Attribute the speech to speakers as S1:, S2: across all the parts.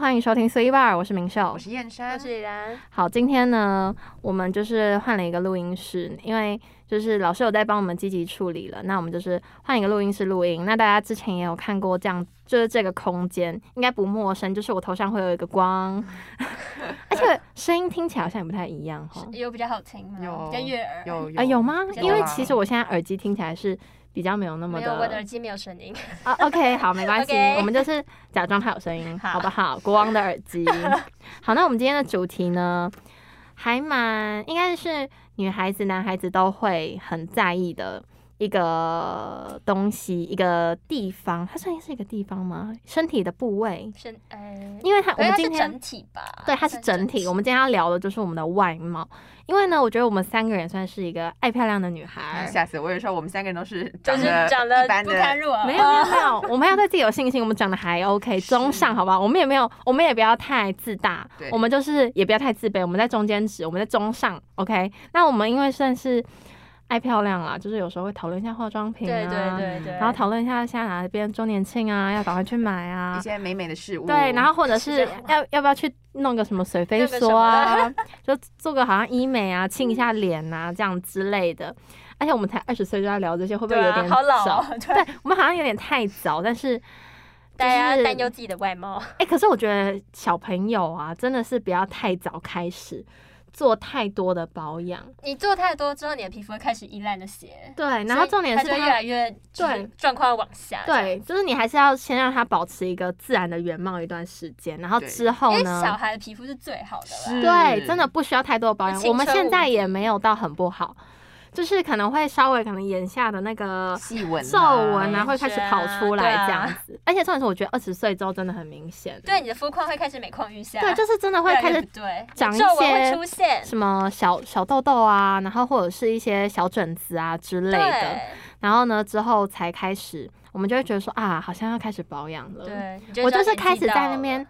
S1: 欢迎收听碎一 bar，我是明秀
S2: 我。是燕
S3: 我
S2: 山，
S3: 是李然，
S1: 好，今天呢，我们就是换了一个录音室，因为就是老师有在帮我们积极处理了，那我们就是换一个录音室录音。那大家之前也有看过这样，就是这个空间应该不陌生，就是我头上会有一个光， 而且声音听起来好像也不太一样哈。
S3: 有比较好听吗？
S2: 有
S3: 比较悦耳。
S2: 有
S1: 啊，嗯有吗？
S3: 有
S1: 因为
S3: 啦
S1: 其实我现在耳机听起来是比较没有那么
S3: 没
S1: 的，
S3: 有，我的耳机没有声音。
S1: 啊，OK，好，没关系
S3: OK
S1: 我们就是假装它有声音，
S3: 好
S1: 好不好？国王的耳机。 好，那我们今天的主题呢，还蛮应该是女孩子、男孩子都会很在意的一个东西，一个地方。它算是一个地方吗？身体的部位，
S3: 是，哎，
S1: 因为它我
S3: 可
S1: 们
S3: 是它
S1: 今
S3: 是
S1: 天
S3: 整体吧？
S1: 对它是整体，我们今天要聊的就是我们的外貌。因为呢，我觉得我们三个人算是一个爱漂亮的女孩。
S2: 吓死我！我以为说我们三个人都是
S3: 就
S2: 长
S3: 是
S2: 得
S3: 长得
S2: 一般
S3: 不
S2: 的，
S3: 堪入 耳。
S1: 没有没有没有，我们要对自己有信心，我们讲的还 OK，
S2: 是
S1: 中上好不好？我们也没有，我们也不要太自大
S2: 对，
S1: 我们就是也不要太自卑，我们在中间值，我们在中上，OK。那我们因为算是爱漂亮啦，就是有时候会讨论一下化妆品啊，
S3: 对对对对。
S1: 然后讨论一下现在哪边周年庆啊，要赶快去买啊
S2: 一，些美美的事物。
S1: 对，然后或者
S3: 是
S1: 是
S3: 这样
S1: 要要不要去弄个什么水飞
S3: 弄个什嗯
S1: 梭啊， 就做个好像医美啊，亲一下脸啊这样之类的。而且我们才二十岁就要聊这些，会不
S3: 对
S1: 会有
S3: 啊，
S1: 点
S3: 好老
S1: 早
S3: 哦。对，
S1: 对我们好像有点太早，但是
S3: 大家
S1: 就是
S3: 担忧自己的外貌。
S1: 哎、可是我觉得小朋友啊，真的是不要太早开始做太多的保养。
S3: 你做太多之后，你的皮肤会开始依赖那些。
S1: 对，然后重点是
S3: 所以它就会越
S1: 他，
S3: 来越就是状况往下。这样
S1: 对，就是你还是要先让他保持一个自然的原貌一段时间，然后
S2: 对嗯
S1: 之
S3: 因
S1: 后
S3: 为小
S1: 呢，
S3: 孩的皮肤是最好的
S2: 是
S3: 啦。
S1: 对，真的不需要太多的保养。
S3: 青
S1: 我们
S3: 春
S1: 现
S3: 无
S1: 在
S3: 敌
S1: 也没有到很不好，就是可能会稍微可能眼下的那个
S2: 细纹、
S1: 皱纹啊
S3: 感
S1: 会开始
S3: 觉
S1: 跑
S3: 啊
S1: 出
S3: 对
S1: 来
S3: 啊
S1: 这样子，而且重点是我觉得二十岁之后真的很明显。
S3: 对，你的肤况会开始每况愈下。
S1: 对，就是真的
S3: 越
S1: 会
S3: 来
S1: 开
S3: 越
S1: 始
S3: 不对，
S1: 长一
S3: 皱纹
S1: 些
S3: 会出现。
S1: 什么小小痘痘啊，然后或者是一些小疹子啊之类的，然后呢之后才开始，我们就会觉得说啊，好像要开始保养了。
S3: 对，对，嗯你
S1: 我
S3: 知道
S1: 就是
S3: 年纪
S1: 开始在
S3: 到
S1: 那边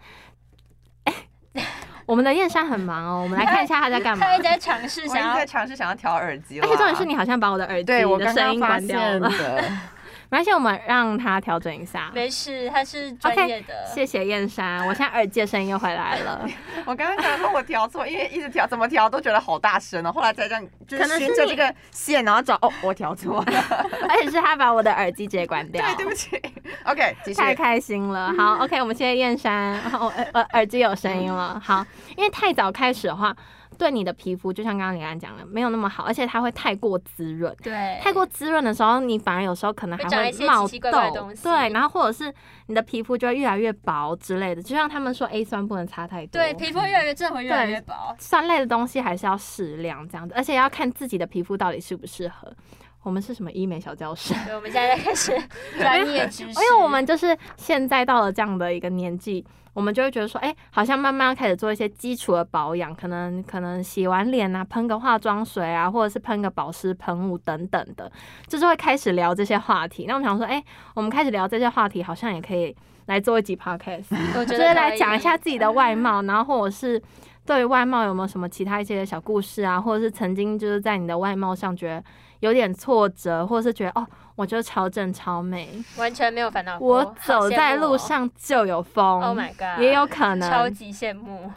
S3: 了，
S1: 我们的燕山很忙哦，我们来看一下他在 干嘛。
S3: 他一直
S1: 而
S3: 在尝试
S2: 我一直
S3: 想
S2: 在
S3: 要
S2: 尝试想要调耳机啦，
S1: 且重点是你好像把我的耳机
S2: 对我
S1: 的
S2: 刚
S1: 声
S2: 刚
S1: 音
S2: 发
S1: 关
S2: 现
S1: 掉了，没
S2: 的，
S1: 关系，我们让他调整一下。
S3: 没事，他是专
S1: OK，
S3: 业的。
S1: 谢谢燕山，我现在耳机的声音又回来了，
S2: 我刚刚想说我调错，因为一直调怎么调都觉得好大声哦，后来才这样就
S1: 可能是
S2: 循着
S1: 你
S2: 这个线，然后找哦我调错了，
S1: 而且是他把我的耳机直接关掉。
S2: 对对不起，OK 继续，
S1: 太开心了，
S3: 嗯
S1: 好，OK，我们现在燕山，我耳耳呃耳机有声音
S3: 嗯
S1: 了，好，因为太早开始的话，对你的皮肤就像刚刚李安讲的，没有那么好，而且它会太过滋润，
S3: 对，
S1: 太过滋润的时候，你反而有时候可能还
S3: 会长一些
S1: 冒痘，
S3: 奇奇怪怪的东西
S1: 对，然后或者是你的皮肤就会越来越薄之类的，就像他们说 A 酸不能擦太多，
S3: 对，皮肤越来越正，会越来越薄。
S1: 酸类的东西还是要适量这样子，而且要看自己的皮肤到底适不适合。我们是什么医美小教室？
S3: 对，我们现 在开始专业知识，因
S1: 因为我们就是现在到了这样的一个年纪，我们就会觉得说，哎、好像慢慢要开始做一些基础的保养，可能可能洗完脸啊，喷个化妆水啊，或者是喷个保湿喷雾等等的，就是会开始聊这些话题。那我们想说，哎、我们开始聊这些话题，好像也可以来做一集 podcast，
S3: 我
S1: 就
S3: 觉
S1: 是
S3: 得
S1: 来
S3: 可以嗯
S1: 讲一下自己的外貌，然后或者是。对于外貌有没有什么其他一些小故事啊，或者是曾经就是在你的外貌上觉得有点挫折，或者是觉得哦，我就是超正超美，
S3: 完全没有烦恼过。
S1: 我走在路上就有风。
S3: 哦，Oh my god，
S1: 也有可
S3: 超
S1: 能，
S3: 级羡慕，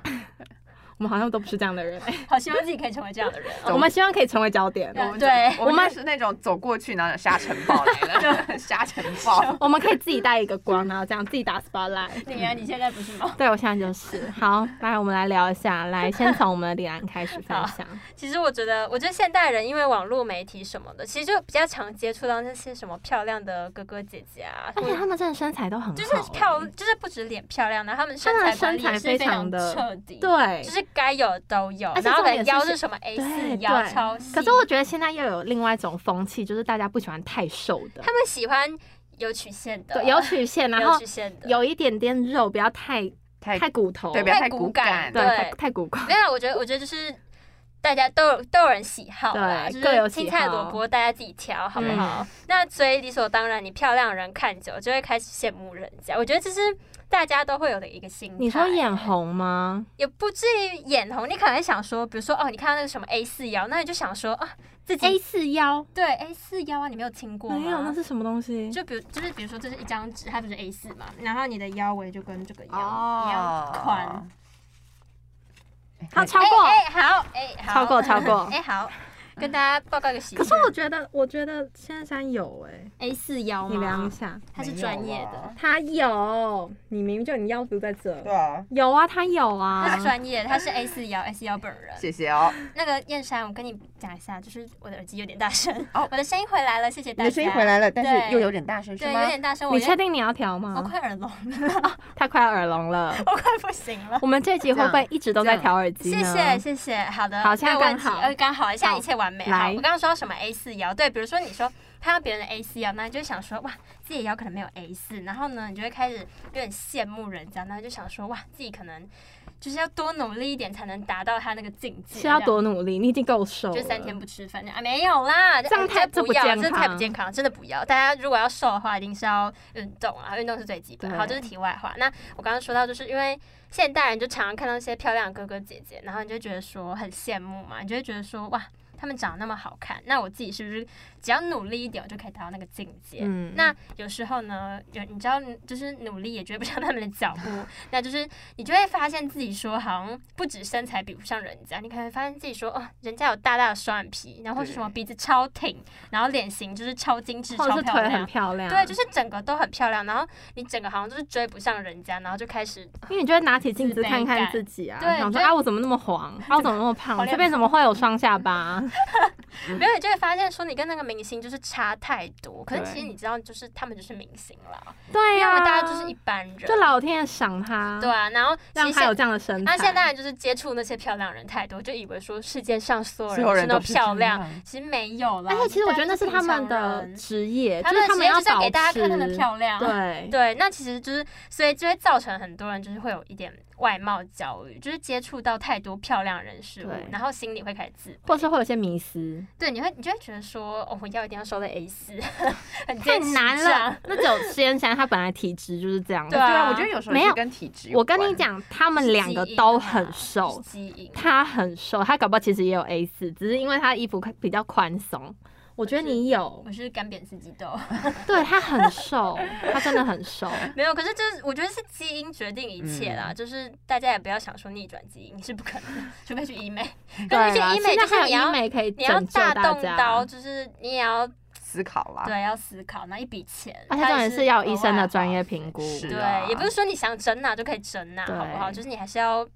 S1: 我们好像都不是这样的 人。
S3: 好希望自己可以成为这样 的人哦。
S1: 我们希望可以成为焦点，
S3: 对对
S2: 我们就是那种走过去然后沙尘暴来 了，沙尘暴。
S1: 我们可以自己带一个光，然后这样自己打 spotlight。
S3: 你啊，你现在不是吗？
S1: 对，我现在就是好，来我们来聊一下，来先从我们的李兰开始分享。
S3: 其实我觉得，我觉得现代人因为网络媒体什么的，其实就比较常接触到那些什么漂亮的哥哥姐姐啊，
S1: 而且他们真的身材都很好，欸
S3: 就是漂，就是不止脸漂亮，然后他们身
S1: 他们
S3: 材
S1: 的
S3: 管理
S1: 身材
S3: 也是
S1: 非
S3: 非
S1: 常
S3: 常
S1: 的
S3: 彻底，，
S1: 对
S3: 就。是该有的都有
S1: 而，且
S3: 然后可
S1: 重点
S3: 能
S1: 是
S3: 腰是什么 A
S1: 对
S3: 四腰
S1: 对
S3: 超细，
S1: 可是我觉得现在又有另外一种风气，就是大家不喜欢太瘦的，
S3: 他们喜欢有曲线的，
S1: 对，有曲线，然
S3: 有
S1: 后
S3: 曲线的，
S1: 有一点点肉，不要太
S2: 太
S1: 太骨头，
S2: 对，不
S1: 对
S2: 要
S3: 太
S2: 太
S3: 骨
S2: 骨感，
S3: 感对
S1: 太太骨头。嗯
S3: 没有，我觉得我觉得就是。大家都有都有人喜好啦，
S1: 对
S3: 就
S1: 各有
S3: 是
S1: 喜
S3: 青菜
S1: 好
S3: 萝卜大家自己挑，好不
S1: 嗯
S3: 好？那所以理所当然，你漂亮的人看久就会开始羡慕人家。我觉得这是大家都会有的一个心态。啊
S1: 你说眼红吗？
S3: 也不至于眼红，你可能会想说，比如说哦，你看到那个什么 A 四腰，那你就想说啊，自己
S1: A 四腰
S3: 对 A 四腰啊，你没有听过吗？
S1: 没有，那是什么东西？
S3: 就比如就是比如说这是一张纸，它就是 A 四嘛，然后你的腰围就跟这
S1: 哦
S3: 个腰、一样宽。。
S1: 它超
S3: 哎
S1: 过。
S3: 哎、好，哎、好，
S1: 超过超过
S3: 哎、好，跟大家报告一个喜讯。
S1: 可是我觉得，我觉得仙山有哎、
S3: A 四腰
S1: 你量
S3: 吗
S1: 一？下，
S3: 它是专业的，
S1: 他有，你明明就你腰不在这
S2: 对啊，
S1: 有啊，他有啊，
S3: 它是专业的，它是 A 四腰，A 四腰本人。
S2: 谢谢哦。
S3: 那个燕山，我跟你讲一下，就是我的耳机有点大声，
S2: 哦
S3: 我的声音回来了，谢谢
S2: 你
S3: 大家。
S2: 的声音回来了，但
S3: 对
S2: 是又有点大声，是
S3: 对，
S2: 吗
S3: 有？点大声，我
S1: 你
S3: 有
S1: 确定你要调
S3: 我
S1: 吗？
S3: 快耳聋了，
S1: 他快要耳聋了。
S3: 我快不行了。
S1: 我们这集会不会一直都在调耳机
S3: 谢
S1: 呢？
S3: 谢谢谢，好的，
S1: 好现在
S3: 没有问题
S1: 刚好
S3: 呃，刚好，现在
S1: 好
S3: 一切完美。
S1: 来
S3: 好，我刚刚说到什么 A 四腰，对，比如说你说看到别人的 A 四腰，那你就会想说哇，自己的腰可能没有 A 四，然后呢，你就会开始有点羡慕人家，然后就想说哇，自己可能就是要多努力一点才能达到他那个境界，
S1: 是要
S3: 这样。
S1: 多努力，你已经够瘦了。
S3: 就三天不吃饭这样啊？没有啦，
S1: 这样太
S3: 这
S1: 这不
S3: 不要，
S1: 健康
S3: 这太不健康，真的不要。大家如果要瘦的话，一定是要运动啊，运动是最基本。
S1: 对
S3: 好，这是题外话。那我刚刚说到，就是因为现代人就常常看到一些漂亮的哥哥姐姐，然后你就觉得说很羡慕嘛，你就会觉得说哇，他们长得那么好看，那我自己是不是只要努力一点，我就可以达到那个境界？
S1: 嗯
S3: 那有时候呢，有你知道，就是努力也追不上他们的脚 步，那就是你就会发现自己说，好像不止身材比不上人家，你可能发现自己说，哦，人家有大大的双眼皮，然后或是
S2: 对
S3: 什么鼻子超挺，然后脸型就是超精致、
S1: 或者
S3: 超
S1: 是
S3: 漂
S1: 腿很
S3: 亮。
S1: 漂亮，
S3: 对，就是整个都很漂亮，然后你整个好像就是追不上人家，然后就开始
S1: 因为你就会拿起镜
S3: 自
S1: 子
S3: 卑
S1: 看看
S3: 感
S1: 自己啊，
S3: 对
S1: 想
S3: 你
S1: 说
S3: 就
S1: 啊，我怎么那么黄？啊，我怎么那么
S3: 好
S1: 胖？
S3: 脸
S1: 这边怎么会有双下 巴？
S3: 没有，你就会发现说你跟那个明星就是差太多。可是
S1: 对
S3: 其实你知道，就是他们就是明星啦，
S1: 对啊
S3: 因为
S1: 呀，
S3: 大家就是一般人。
S1: 就老天爷赏他，
S3: 对啊，然后其
S1: 让
S3: 实
S1: 他
S3: 现
S1: 有这样的身材。
S3: 那现在就是接触那些漂亮人太多，就以为说世界上所
S2: 所有
S3: 有
S2: 人
S3: 人
S2: 都
S3: 都
S2: 是
S3: 漂
S2: 这
S3: 亮
S2: 样，
S3: 其实没有啦。
S1: 而且其实我觉得那是他们
S3: 大家
S1: 的
S3: 都是
S1: 职业，就
S3: 平常人，
S1: 是
S3: 他
S1: 他们要
S3: 们的职
S1: 保持
S3: 业就是要给大家看他们漂亮。
S1: 对，
S3: 对，那其实就是，所以就会造成很多人就是会有一点外貌焦虑，就是接触到太多漂亮人事物
S1: 对，
S3: 然后心里会开始自卑
S1: 或是会有些迷思，
S3: 对，你会你就会觉得说，哦，我腰一定要收在 A 四， 很
S1: 太
S3: 坚持
S1: 难
S3: 这样
S1: 了。。 那只有石岩山他本来体质就是这样
S3: 对
S1: 的。
S3: 啊
S2: 啊，我觉得有时候也
S1: 没
S2: 是
S1: 有
S2: 跟体质有
S1: 我跟
S2: 关
S1: 你，讲，他们两个
S3: 基因
S1: 都
S3: 啊
S1: 很瘦
S3: 是， 基因。啊
S1: 他很瘦，他搞不好其实也有 A 四，只是因为他衣服比较宽松。我觉得你有，
S3: 我是干扁四季豆。
S1: 对他很瘦，他真的很瘦。
S3: 没有，可是就是我觉得是基因决定一切
S1: 嗯
S3: 啦，就是大家也不要想说逆转基因是不可能的，除非去 医美。
S1: 对
S3: 可是
S1: 啦，
S3: 去医美
S1: 现在
S3: 就是
S1: 还
S3: 你
S1: 有医
S3: 要
S1: 美可以
S3: 你要
S1: 拯救
S3: 大
S1: 大
S3: 动
S1: 家，
S3: 刀，就是你也要
S2: 思考啦，
S3: 对要思考那一笔钱，
S1: 而且重点
S3: 它
S1: 是
S3: 也
S1: 要有医生的专
S3: 额外
S1: 业
S3: 花
S1: 评估。
S2: 是
S3: 对，
S2: 啊
S3: 也不是说你想整哪就可以整哪，
S1: 对
S3: 好不好？就是你还是要。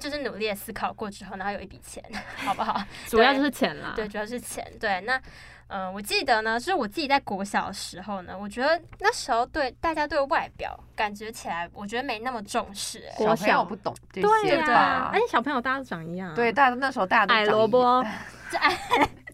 S3: 就是努力的思考过之后，然后有一笔钱，好 不好？
S1: 主要就是钱啦。
S3: 对，主要是钱。对，那嗯、呃我记得呢，就是我自己在国小的时候呢，我觉得那时候对大家对外表感觉起来，我觉得没那么重视、欸
S2: 小朋
S1: 国小
S2: 友不懂这
S1: 对啊
S2: 些
S1: 呀、
S2: 吧
S1: 而？且小朋友大家都长一样。啊
S2: 对，大家那时候大家都
S1: 矮
S2: 长
S1: 萝
S2: 一
S1: 卜，
S3: 这矮，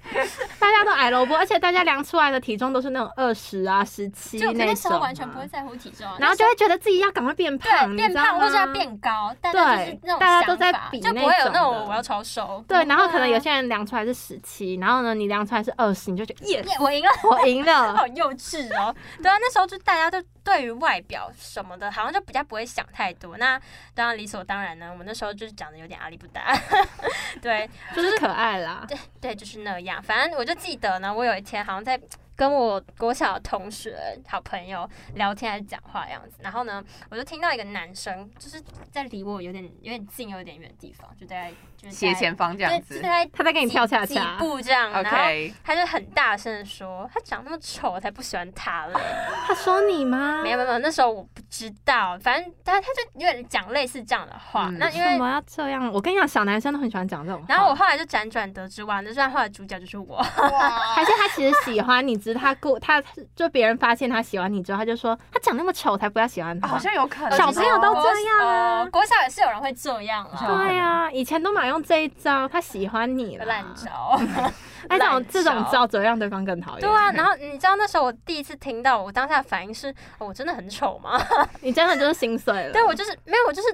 S1: 大家都矮萝卜，而且大家量出来的体重都是那种二十啊、十七
S3: 就我
S1: 那
S3: 那时
S1: 种
S3: 候
S1: 啊，
S3: 完全不会在乎体重啊，
S1: 然后就
S3: 那时候
S1: 会觉得自己要赶快变胖，
S3: 对
S1: 你
S3: 变
S1: 知道
S3: 胖或者要
S1: 吗
S3: 变高，大家就是那种
S1: 大家都在
S3: 想法
S1: 比
S3: 就不
S1: 那
S3: 会有
S1: 种
S3: 那
S1: 的
S3: 种我要超瘦。
S1: 对，
S3: 不
S1: 然后
S3: 会
S1: 可能有
S3: 啊
S1: 些人量出来是十七，然后呢，你量出来是二十，你就觉得耶，
S3: 耶我赢了。
S1: 我赢了。
S3: 好幼稚哦，对啊，那时候就大家都对于外表什么的，好像就比较不会想太多。那当然理所当然呢，我那时候就是长得有点阿里不达， 对，
S1: 就是可爱啦，
S3: 对，就是那样。反正我就记得呢，我有一天好像在跟我国小的同学、好朋友聊天还是讲话的样子，然后呢，我就听到一个男生就是在离我有点有点近、有点远的地方，就在就是
S2: 斜
S3: 在
S2: 前方这
S3: 对，
S2: 样
S3: 就
S2: 子
S3: 在
S1: 他在给你跳恰
S3: 几
S1: 恰，
S3: 步这样，然后
S2: ，OK，
S3: 他就很大声的说：“他长那么丑，我才不喜欢他嘞。”
S1: 他说你吗？
S3: 没有没有，没有那时候我不知道，反正他他就有点讲类似这样的话。
S2: 嗯
S3: 那因
S1: 为什
S3: 为，
S1: 么要这样？我跟你讲，小男生都很喜欢讲这种话。
S3: 然后我后来就辗转得知，哇，那段话的主角就是我。
S2: 哇，
S1: 还是他其实喜欢你，只是他故 他就别人发现他喜欢你之后，他就说他长那么丑才不要喜欢他。
S2: 好像有可 能
S1: 小朋友都
S2: 哦
S1: 这样啊
S3: 哦国小也是有人会这样啊，
S1: 对啊，以前都马用这一招，他喜欢你了。
S3: 烂
S2: 哦
S3: 招。
S1: 那种
S3: 烂
S1: 这种
S3: 招
S1: 招只会让对方更讨厌。
S3: 对啊，然后你知道那时候我第一次听到，我当下的反应是，哦，我真的很丑吗？
S1: 你真的就是心碎了。
S3: 啊对，我就是没有，我就是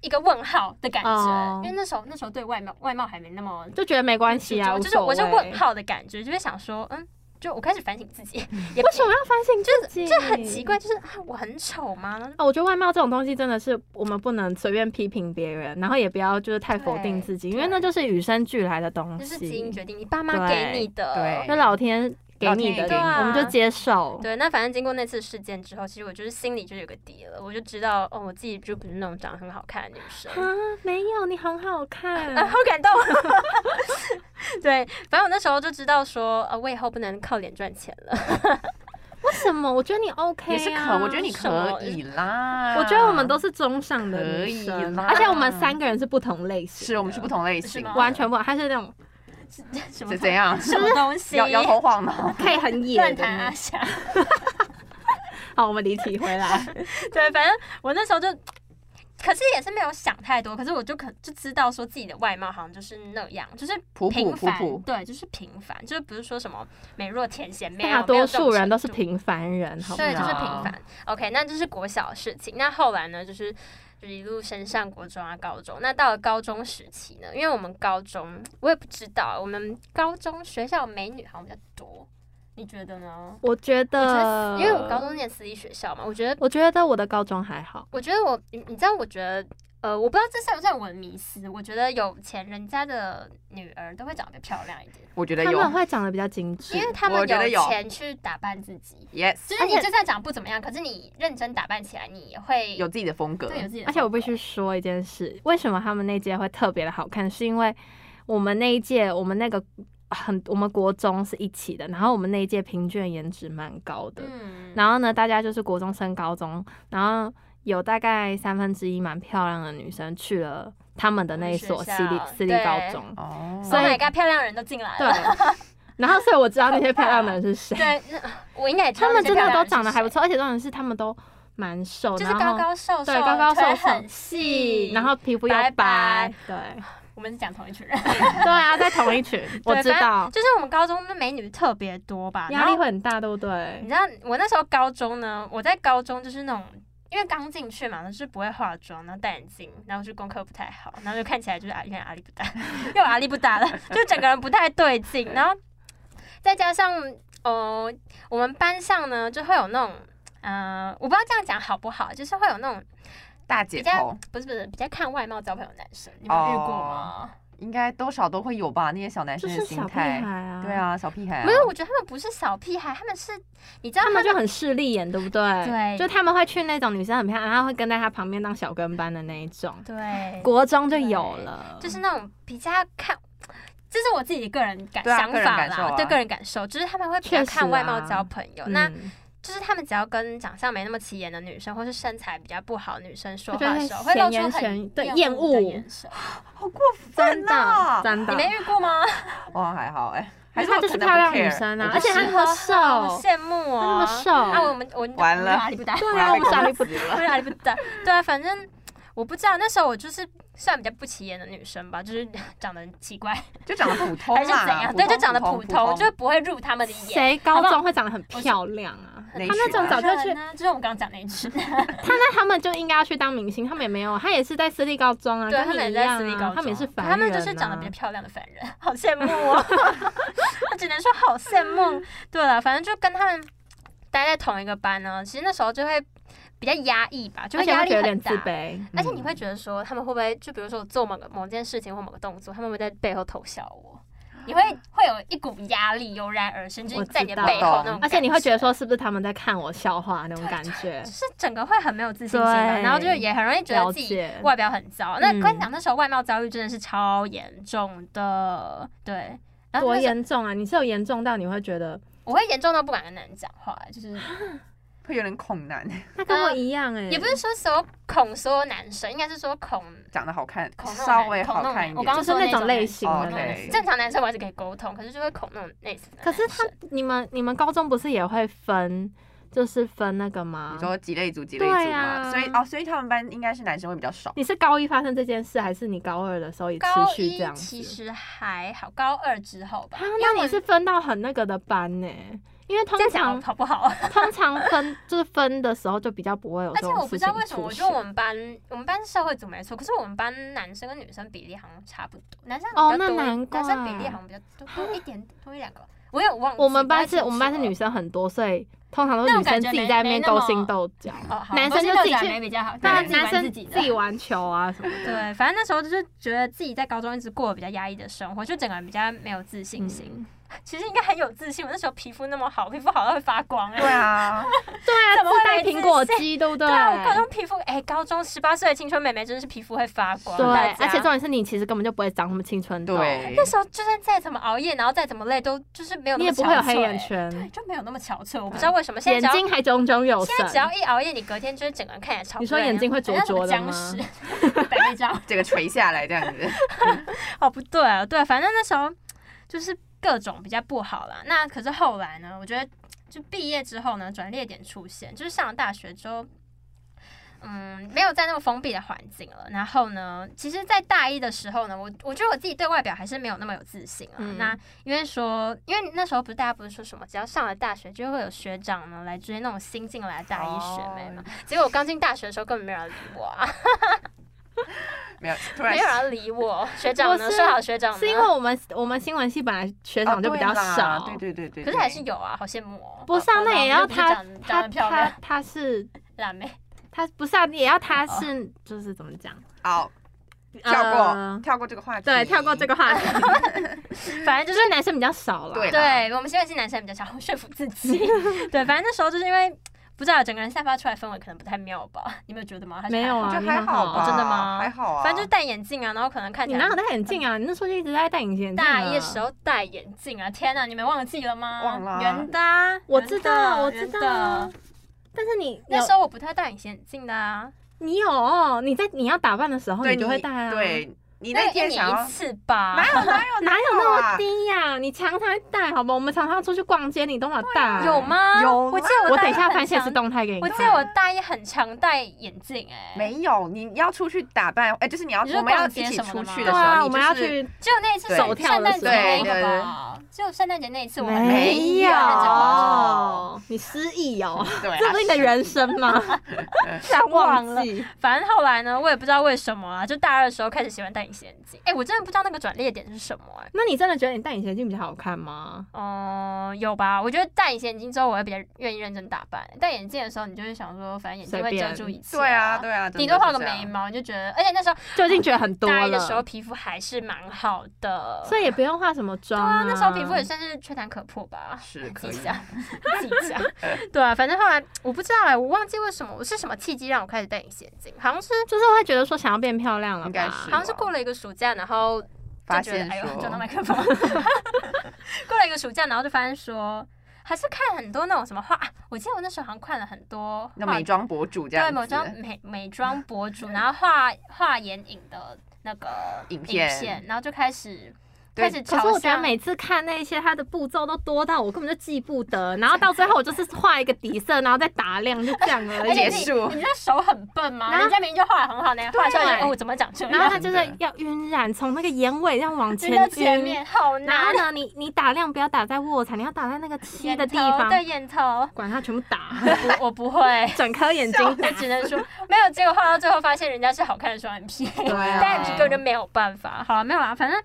S3: 一个问号的感觉，
S1: 哦
S3: 因为那时候那时候对外貌外貌还没那么
S1: 就觉得没关系啊，
S3: 就
S1: 无
S3: 就是
S1: 所
S3: 我
S1: 谓。
S3: 是问号的感觉，就会想说，嗯，就我开始反省自 己，也
S1: 为什么要反省自己？
S3: 就很奇怪，就是啊，我很丑吗？然后就
S1: 哦，我觉得外貌这种东西真的是我们不能随便批评别人，然后也不要就是太否定自己，
S3: 对
S1: 因为那就是与生俱来的东
S3: 就是
S1: 西，
S3: 基因决定，你爸妈给你的
S2: 对。
S1: 就老天给
S2: 老天
S1: 你
S2: 爷
S1: 的，
S3: 给你的啊
S1: 我们就接受。
S3: 对，那反正经过那次事件之后，其实我就是心里就有个底了，我就知道哦，我自己就不是那种长得很好看的女生。
S1: 啊，没有，你很好看。
S3: 啊，好感动！ 对，反正我那时候就知道说，呃，我以后不能靠脸赚钱了。
S1: 为什么？我觉得你 OK，、啊、
S2: 也是可，我觉得你
S3: 什么
S2: 可以啦。
S1: 我觉得我们都是中上的女
S2: 可以
S1: 生，啊
S2: 啦
S1: 而且我们三个人是不同类型，
S2: 是我们是不同类型
S3: 是吗
S2: 的，
S1: 完全不同，她是那种
S3: 什
S2: 是
S3: 么
S2: 怎样？
S3: 什么东西？
S2: 摇摇头晃脑。
S1: 可以很野
S3: 乱
S1: 的
S3: 弹啊
S1: 那
S3: 阿
S1: 种。
S3: 霞。
S1: 好，我们离题回来。
S3: 对，反正我那时候就，可是也是没有想太多，可是我就可就知道说自己的外貌好像就是那样，就是
S2: 普普
S3: 平凡，
S2: 普普
S3: 对，就是平凡，就是不是说什么美若天仙，没有
S1: 大多数人都是。
S3: 没有这种程度
S1: 平凡人，好不
S3: 对，就是
S2: 啊
S3: 平凡。OK，那这是国小的事情。那后来呢，就是就是一路升上国中啊、高中。那到了高中时期呢，因为我们高中我也不知道，我们高中学校美女好像比较多，你觉得呢？
S1: 我觉
S3: 我觉得
S1: 得，
S3: 因为我高，中念私立学校嘛，我觉得
S1: 我觉得我的高中还好。
S3: 我觉得我，你你知道，我觉得，呃，我不知道这算不算我的迷思。我觉得有钱人家的女儿都会长得漂亮一点，
S2: 我觉得
S1: 他
S2: 有
S1: 们会长得比较精致
S3: 因，为他
S2: 我
S3: 们
S2: 觉得有
S3: 钱去打扮自己。
S2: ，yes，
S3: 就是你
S1: 而且
S3: 就算长得不怎么样，可是你认真打扮起来，你也会
S2: 有自己的风格
S3: 对。有自己的风
S1: 而
S3: 格。
S1: 且我必须说一件事，为什么他们那届会特别的好看，是因为我们那一届，我们那个很，我们国中是一起的，然后我们那一届平均颜值蛮高的，
S3: 嗯，
S1: 然后呢，大家就是国中升高中，然后有大概三分之一蛮漂亮的女生去了他们的那一所
S3: 学
S1: 私立
S3: 校
S1: 私立
S3: 对
S1: 高中，
S2: 哦，
S1: 所
S3: ，Oh
S1: 以
S3: my god，漂亮人都进来
S1: 对
S3: 了。，
S1: 然后所以我知道那些漂亮的人是谁，
S3: 对，那我应该也知道
S1: 他们真的都长得
S3: 这些漂亮人是
S1: 还不
S3: 谁，
S1: 错，而且重点是他们都蛮瘦，
S3: 就是
S1: 然后
S3: 高高瘦瘦，
S1: 对高高瘦
S3: 腿
S1: 瘦
S3: 很细，
S1: 然后皮肤又
S3: 白
S1: 白
S3: 白，
S1: 对
S3: 我们是讲同一群人。
S1: 对啊，在同一群，我
S3: 对
S1: 知
S3: 反正
S1: 道
S3: 就是我们高中的美女特别多吧，然
S1: 压
S3: 后
S1: 力会很大，对不
S3: 你
S1: 对？
S3: 知道我那时候高中呢，我在高中就是那种。因为刚进去嘛，就是不会化妆，然后戴眼镜，然后就功课不太好，然后就看起来就是啊，有点阿力不搭， 又阿力不搭了，就整个人不太对劲。然后再加上呃，我们班上呢就会有那种，嗯、我不知道这样讲好不好，就是会有那种
S2: 大
S3: 比
S2: 姐
S3: 较
S2: 头
S3: 不是不是比较看外貌交朋友的男生，你们有遇过
S1: 哦
S3: 吗？
S2: 应该多少都会有吧，那些小男
S1: 就
S2: 生
S1: 是
S2: 的
S1: 小
S2: 心
S1: 屁
S2: 态
S1: 孩。啊，
S2: 对，啊，小屁孩、啊。
S3: 没有，我觉得他们不是小屁孩，他们是你知道
S1: 他们就很势利眼，对不对？
S3: 对
S1: 就他们会去那种女生很漂亮，然后会跟在她旁边当小跟班的那一种。
S3: 对
S1: 国中就有了，
S3: 就是那种比较看，这是我自己个人感
S2: 对啊
S3: 想
S2: 个人
S3: 法
S2: 感受
S3: 啦，
S2: 啊
S3: 对个人感受，就是他们会比
S1: 确
S3: 较
S1: 实
S3: 看外貌
S1: 啊
S3: 交朋友，
S1: 嗯
S3: 那就是他们只要跟长相没那么起眼的女生，或是身材比较不好的女生说
S1: 他就
S3: 话的
S1: 会
S3: 时候，会
S1: 闲
S3: 露出
S1: 言闲语
S3: 很
S1: 对
S3: 厌恶的
S1: 厌恶
S3: 眼神。
S2: 好过
S1: 真
S2: 分
S1: 的
S2: 呐、
S1: 真的，
S3: 你没遇 过吗？
S2: 哇，还好哎、还
S1: 因为她
S2: 是我
S1: 就是
S2: 可能
S1: 漂亮
S2: 不
S1: 女
S2: care，
S1: 生啊
S2: 我不
S1: 而且她
S2: 是
S1: 那 么
S3: 是啊
S1: 瘦
S3: 羡慕哦，
S1: 她那么瘦
S3: 啊，我们我
S2: 完了
S3: 阿里不达，
S1: 对
S2: 我要
S1: 啊，我
S2: 被
S1: 们
S2: 攻
S1: 小力
S2: 击
S1: 不
S2: 了
S3: 我阿里不达，对啊，反正。我不知道那时候我就是算比较不起眼的女生吧，就是长得很奇怪，
S2: 就长得 普通啦，
S3: 还是怎样？
S2: 普
S3: 对，
S2: 通
S3: 就长得
S2: 普
S3: 普
S2: 通，
S3: 通，就是不会入他们的眼。
S1: 谁高中会长得很漂亮啊？
S2: 雷
S1: 他那
S2: 区
S1: 种
S2: 啊
S1: 早就去，
S3: 呢，就是我们刚刚讲那一句，
S1: 他那他们就应该要去当明星，他们也没有，他也是在私立高中啊，
S3: 对
S1: 跟
S3: 他们
S1: 你
S3: 也
S1: 一
S3: 在
S1: 样
S3: 私立
S1: 啊
S3: 高，
S1: 他们也是
S3: 中
S1: 凡人啊，
S3: 他们就是长得比较漂亮的凡人， 好羡慕哦！我只能说好羡慕。对了，反正就跟他们待在同一个班呢，其实那时候就会比较压抑吧，就
S1: 而
S3: 会
S1: 且
S3: 压
S1: 会
S3: 力
S1: 觉得有
S3: 很
S1: 点自
S3: 大。
S1: 卑。嗯
S3: 而且你会觉得说，他们会不会就比如说我做某个某件事情或某个动作，他们会在背后偷笑我？你会会有一股压力油然而生，就
S1: 我
S3: 是在你
S1: 知
S3: 的
S1: 道
S3: 背后那种感。
S1: 而且你会觉得说，是不是他们在看我笑话那种感觉
S3: 就？是整个会很没有自信心吧，
S1: 对
S3: 然后就也很容易觉得自己
S1: 了解
S3: 外表很糟。那
S1: 嗯
S3: 跟你讲，那时候外貌焦虑真的是超严重的，对。
S1: 多
S3: 然后那时候
S1: 严重啊！你是有严重到你会觉得，
S3: 我会严重到不敢跟男人讲话，就是
S2: 会有点恐男，
S1: 那跟我一样哎、
S3: 也不是说所有恐所有男生，应该是说恐
S2: 长得好看，
S3: 恐那种
S2: 稍微
S3: 男
S2: 好
S3: 恐那种
S2: 看一
S3: 男我
S2: 点
S3: 刚。
S1: 就是那种类型的
S2: 哦
S1: 男
S2: 对
S1: 生。
S3: 正常男生我还是可以沟通，可是就会恐那种类似的男
S1: 可
S3: 生。
S1: 是他你们你们高中不是也会分，就是分那个吗
S2: 你？说几类组几类
S1: 对
S2: 组
S1: 啊
S2: 嘛，所以哦，所以他们班应该是男生会比较少。
S1: 你是高一发生这件事，还是你高二的时候也持
S3: 高
S1: 续这
S3: 一
S1: 样
S3: 其
S1: 子？
S3: 实还好，高二之后吧，
S1: 啊，
S3: 因为
S1: 那
S3: 我
S1: 你是分到很那个的班呢、欸因为通
S3: 这样
S1: 常
S3: 讲好啊不好？
S1: 通常分就是分的时候就比较不会有
S3: 而
S1: 这
S3: 且
S1: 种
S3: 我不
S1: 事
S3: 知
S1: 情
S3: 道为什么，
S1: 出
S3: 我觉
S1: 现
S3: 得我们班我们班是社会组没错，可是我们班男生跟女生比例好像差不多，男生好
S1: 哦
S3: 像比较
S1: 那
S3: 多一，
S1: 难
S3: 男生比例
S1: 怪
S3: 好像比较多多一点多一两个，我有忘记。
S1: 我们
S3: 不太
S1: 班是
S3: 清
S1: 我们班是
S3: 楚
S1: 女
S3: 了
S1: 生很多，所以通常都是
S3: 那
S1: 女
S3: 种感
S1: 生
S3: 觉
S1: 自己
S3: 没
S1: 在那
S3: 没
S1: 边
S3: 那
S1: 勾
S3: 么
S1: 心斗角，
S3: 哦，好
S1: 男
S3: 多
S1: 生
S3: 心
S1: 就
S3: 斗
S1: 自己
S3: 角
S1: 去
S3: 没比较好，
S1: 那
S3: 对
S1: 男生
S3: 自
S1: 自己
S3: 己玩的。
S1: 玩球啊 什么的。
S3: 对，反正那时候就是觉得自己在高中一直过得比较压抑的生活，就整个人比较没有自信心。
S1: 嗯
S3: 其实应该很有自信，我那时候皮肤那么好，皮肤好到会发光哎、
S2: 对啊，
S1: 对啊，
S3: 怎么会
S1: 自带
S3: 没
S1: 苹
S3: 自
S1: 果
S3: 信
S1: 肌，对不对？
S3: 对啊，我高中皮肤哎、高中十八岁的青春美眉真的是皮肤会发光。
S1: 对
S3: 大家
S1: 而且重点是你其实根本就不会长什么青春痘，
S2: 对
S3: 那，时候就算再怎么熬夜，然后再怎么累，都就是没有
S1: 你也
S3: 那么
S1: 不会有
S3: 憔
S1: 黑眼
S3: 悴。
S1: 圈嗯
S3: 对，，就没有那么憔悴，我不知道为什么。现
S1: 眼
S3: 在只要
S1: 睛还炯炯有
S3: 现在只要
S1: 神。
S3: 一熬夜，你隔天就是整个人看起来超不
S1: 你
S3: 一样。
S1: 说眼睛会灼灼的吗
S3: 很像什么 僵尸白内障？
S2: 这个垂下来这样子，
S3: 哦，不对啊，对，反正那时候就是各种比较不好啦。那可是后来呢，我觉得就毕业之后呢，转捩点出现，就是上了大学之后。嗯，没有在那么封闭的环境了。然后呢，其实，在大一的时候呢，我我觉得我自己对外表还是没有那么有自信啊。
S1: 嗯
S3: 那因为说，因为那时候不是大家不是说什么，只要上了大学就会有学长呢来追那种新进来的大一学妹
S1: 哦
S3: 嘛。结果我刚进大学的时候根本没有人理我啊，
S2: 没有，突然
S3: 没有啊人理我。学长呢？
S1: 不是
S3: 说好学长呢
S1: 是因为我们我们新闻系本来学长就比较少，
S2: 哦对对对对，
S3: 可是还是有啊，好羡慕哦。
S1: 不是啊
S3: 好
S1: 那也
S3: 然后
S1: 要
S3: 就不是
S1: 他
S3: 长长
S1: 他
S3: 得漂
S1: 他
S3: 亮
S1: 他是
S3: 辣妹，
S1: 他不是啊，也要他是就是怎么讲，
S2: 好跳过
S1: 呃
S2: 跳过这个话题，
S1: 对，跳过这
S2: 个，
S1: 个话 题，
S3: 反正
S1: 就
S3: 就
S1: 是是男生比较少了。
S2: 对啦
S3: 对我们现在是男生比较想 说服自己。对，反正那时候就是因为不知道整个人散发出来氛围可能不太妙吧，你没有觉得吗？还是
S1: 没有啊
S2: 我
S3: 还
S2: 觉
S3: 好
S2: 得还好
S1: 哦
S2: 吧，
S3: 真的吗
S2: 还好啊，
S3: 反正就是戴眼镜啊，然后可能看
S1: 你
S3: 起
S1: 哪
S3: 来
S1: 有戴眼镜啊？你那时候就一直在戴隐形眼镜啊。
S3: 大一的时候戴眼镜啊，天哪，你们忘记了吗？
S2: 忘了啊
S3: 圆的啊，
S1: 我知道
S3: 圆的
S1: 我知道啊
S3: 圆的
S1: 但是你
S3: 那时
S1: 候
S3: 候我不太戴隐形眼镜的啊，
S1: 你有你在你要打扮的时候，
S2: 对
S1: 你就会戴啊。，
S2: 对你
S3: 你
S2: 那
S3: 一
S2: 天
S3: 年
S2: 想
S3: 一
S2: 要。
S3: 次吧
S2: 哪。有哪有
S1: 哪有那么
S2: 啊
S1: 低呀、你常常会戴，好吧？我们常常出去逛街，你都嘛戴。
S3: 有？吗？
S2: 有啦
S3: 我记得
S1: 我
S3: 大
S1: 等一
S3: 一
S1: 下
S3: 很
S1: 翻现实
S3: 常
S1: 动态给你
S3: 我
S1: 看。
S3: 记得我大一很常戴眼镜哎、
S2: 没有，你要出去打扮，哎、就是你要
S3: 你说
S2: 我们要
S3: 逛
S2: 一
S3: 街
S2: 起
S3: 什么
S2: 出
S3: 的
S1: 对
S2: 去的
S3: 吗
S2: 时候，
S1: 啊，
S2: 你
S1: 我们
S2: 就
S1: 要
S2: 是
S1: 去，
S3: 只有那一次
S2: 对
S3: 手跳的时候那
S2: 对对
S3: 个吧，只有圣诞节那一次我还
S2: 没有
S1: 有，你失忆哦，
S2: 对，啊
S1: 这不是你的人生吗？ 想
S3: 忘
S1: 记
S3: 反正后来呢，我也不知道为什么啊，就大二的时候开始喜欢戴隐形眼镜。哎、我真的不知道那个转捩点是什么哎、
S1: 那你真的觉得你戴隐形眼镜比较好看吗？
S3: 哦、有吧？我觉得戴隐形眼镜之后，我会比较愿意认真打扮。戴眼镜的时候，你就会想说，反正眼睛会遮住一切、
S2: 对啊，。对啊，
S3: 顶
S2: 真的
S3: 多画
S2: 是
S3: 个
S2: 这样
S3: 眉，毛，你就觉得，而且那时候
S1: 就已经觉得很多
S3: 大一
S1: 了
S3: 的，时候皮肤还是蛮好的，
S1: 所以也不用化什么妆
S3: 对啊，那时候皮肤也
S2: 嗯
S1: 是
S3: 算是缺弹可破吧，
S2: 是
S3: 自
S2: 可
S3: 己
S2: 以
S3: 讲，自己讲。对啊，反正后来我不知道哎、我忘记为什么，我是什么契机让我开始戴隐形眼镜，好像是
S1: 就是会觉得说想要变漂亮了吧，
S2: 应该是
S3: 好像是过了一个暑假，然后就
S2: 发
S3: 觉得
S2: 现
S3: 哎呦，
S2: 说
S3: 撞到麦克风。 过了一个暑假，然后就发现说，还是看很多那种什么画，啊我记得我那时候好像看了很多
S2: 那
S3: 画
S2: 美妆博主这样
S3: 对
S2: 子，
S3: 美妆美美妆 博主，然后画画眼影的那个
S2: 影片
S3: 然后就开始。
S2: 对
S3: 开始
S1: 可是
S3: 朝
S1: 我觉得
S3: 向
S1: 每次看那些它的步骤都多到我根本就记不得，然后到最后我就是画一个底色，然后再打亮，就这样而
S3: 而且
S1: 已
S2: 结
S3: 自己。
S2: 束
S3: 哎
S2: 啊
S3: 你这手很笨 吗？
S1: 然后
S3: 人家明明就画的很好呢，画出来就
S1: 对
S3: 哦，怎么长这
S1: 然后
S3: 样？
S1: 它就是要晕染，从那个眼尾这样往前
S3: 人到前
S1: 晕。
S3: 面好
S1: 然后
S3: 难，啊
S1: 呢，你你打亮不要打在卧蚕，你要打在那个漆
S3: 眼
S1: 的地
S3: 头
S1: 方，
S3: 对眼头，
S1: 管它全部打， 。
S3: 不，我不会
S1: 整颗眼 睛打
S3: 我。只能说没有，结果画到最后发现人家是好看的双眼皮，
S1: 对啊
S3: 单眼皮根本就没有办法。好了，没有啦，反正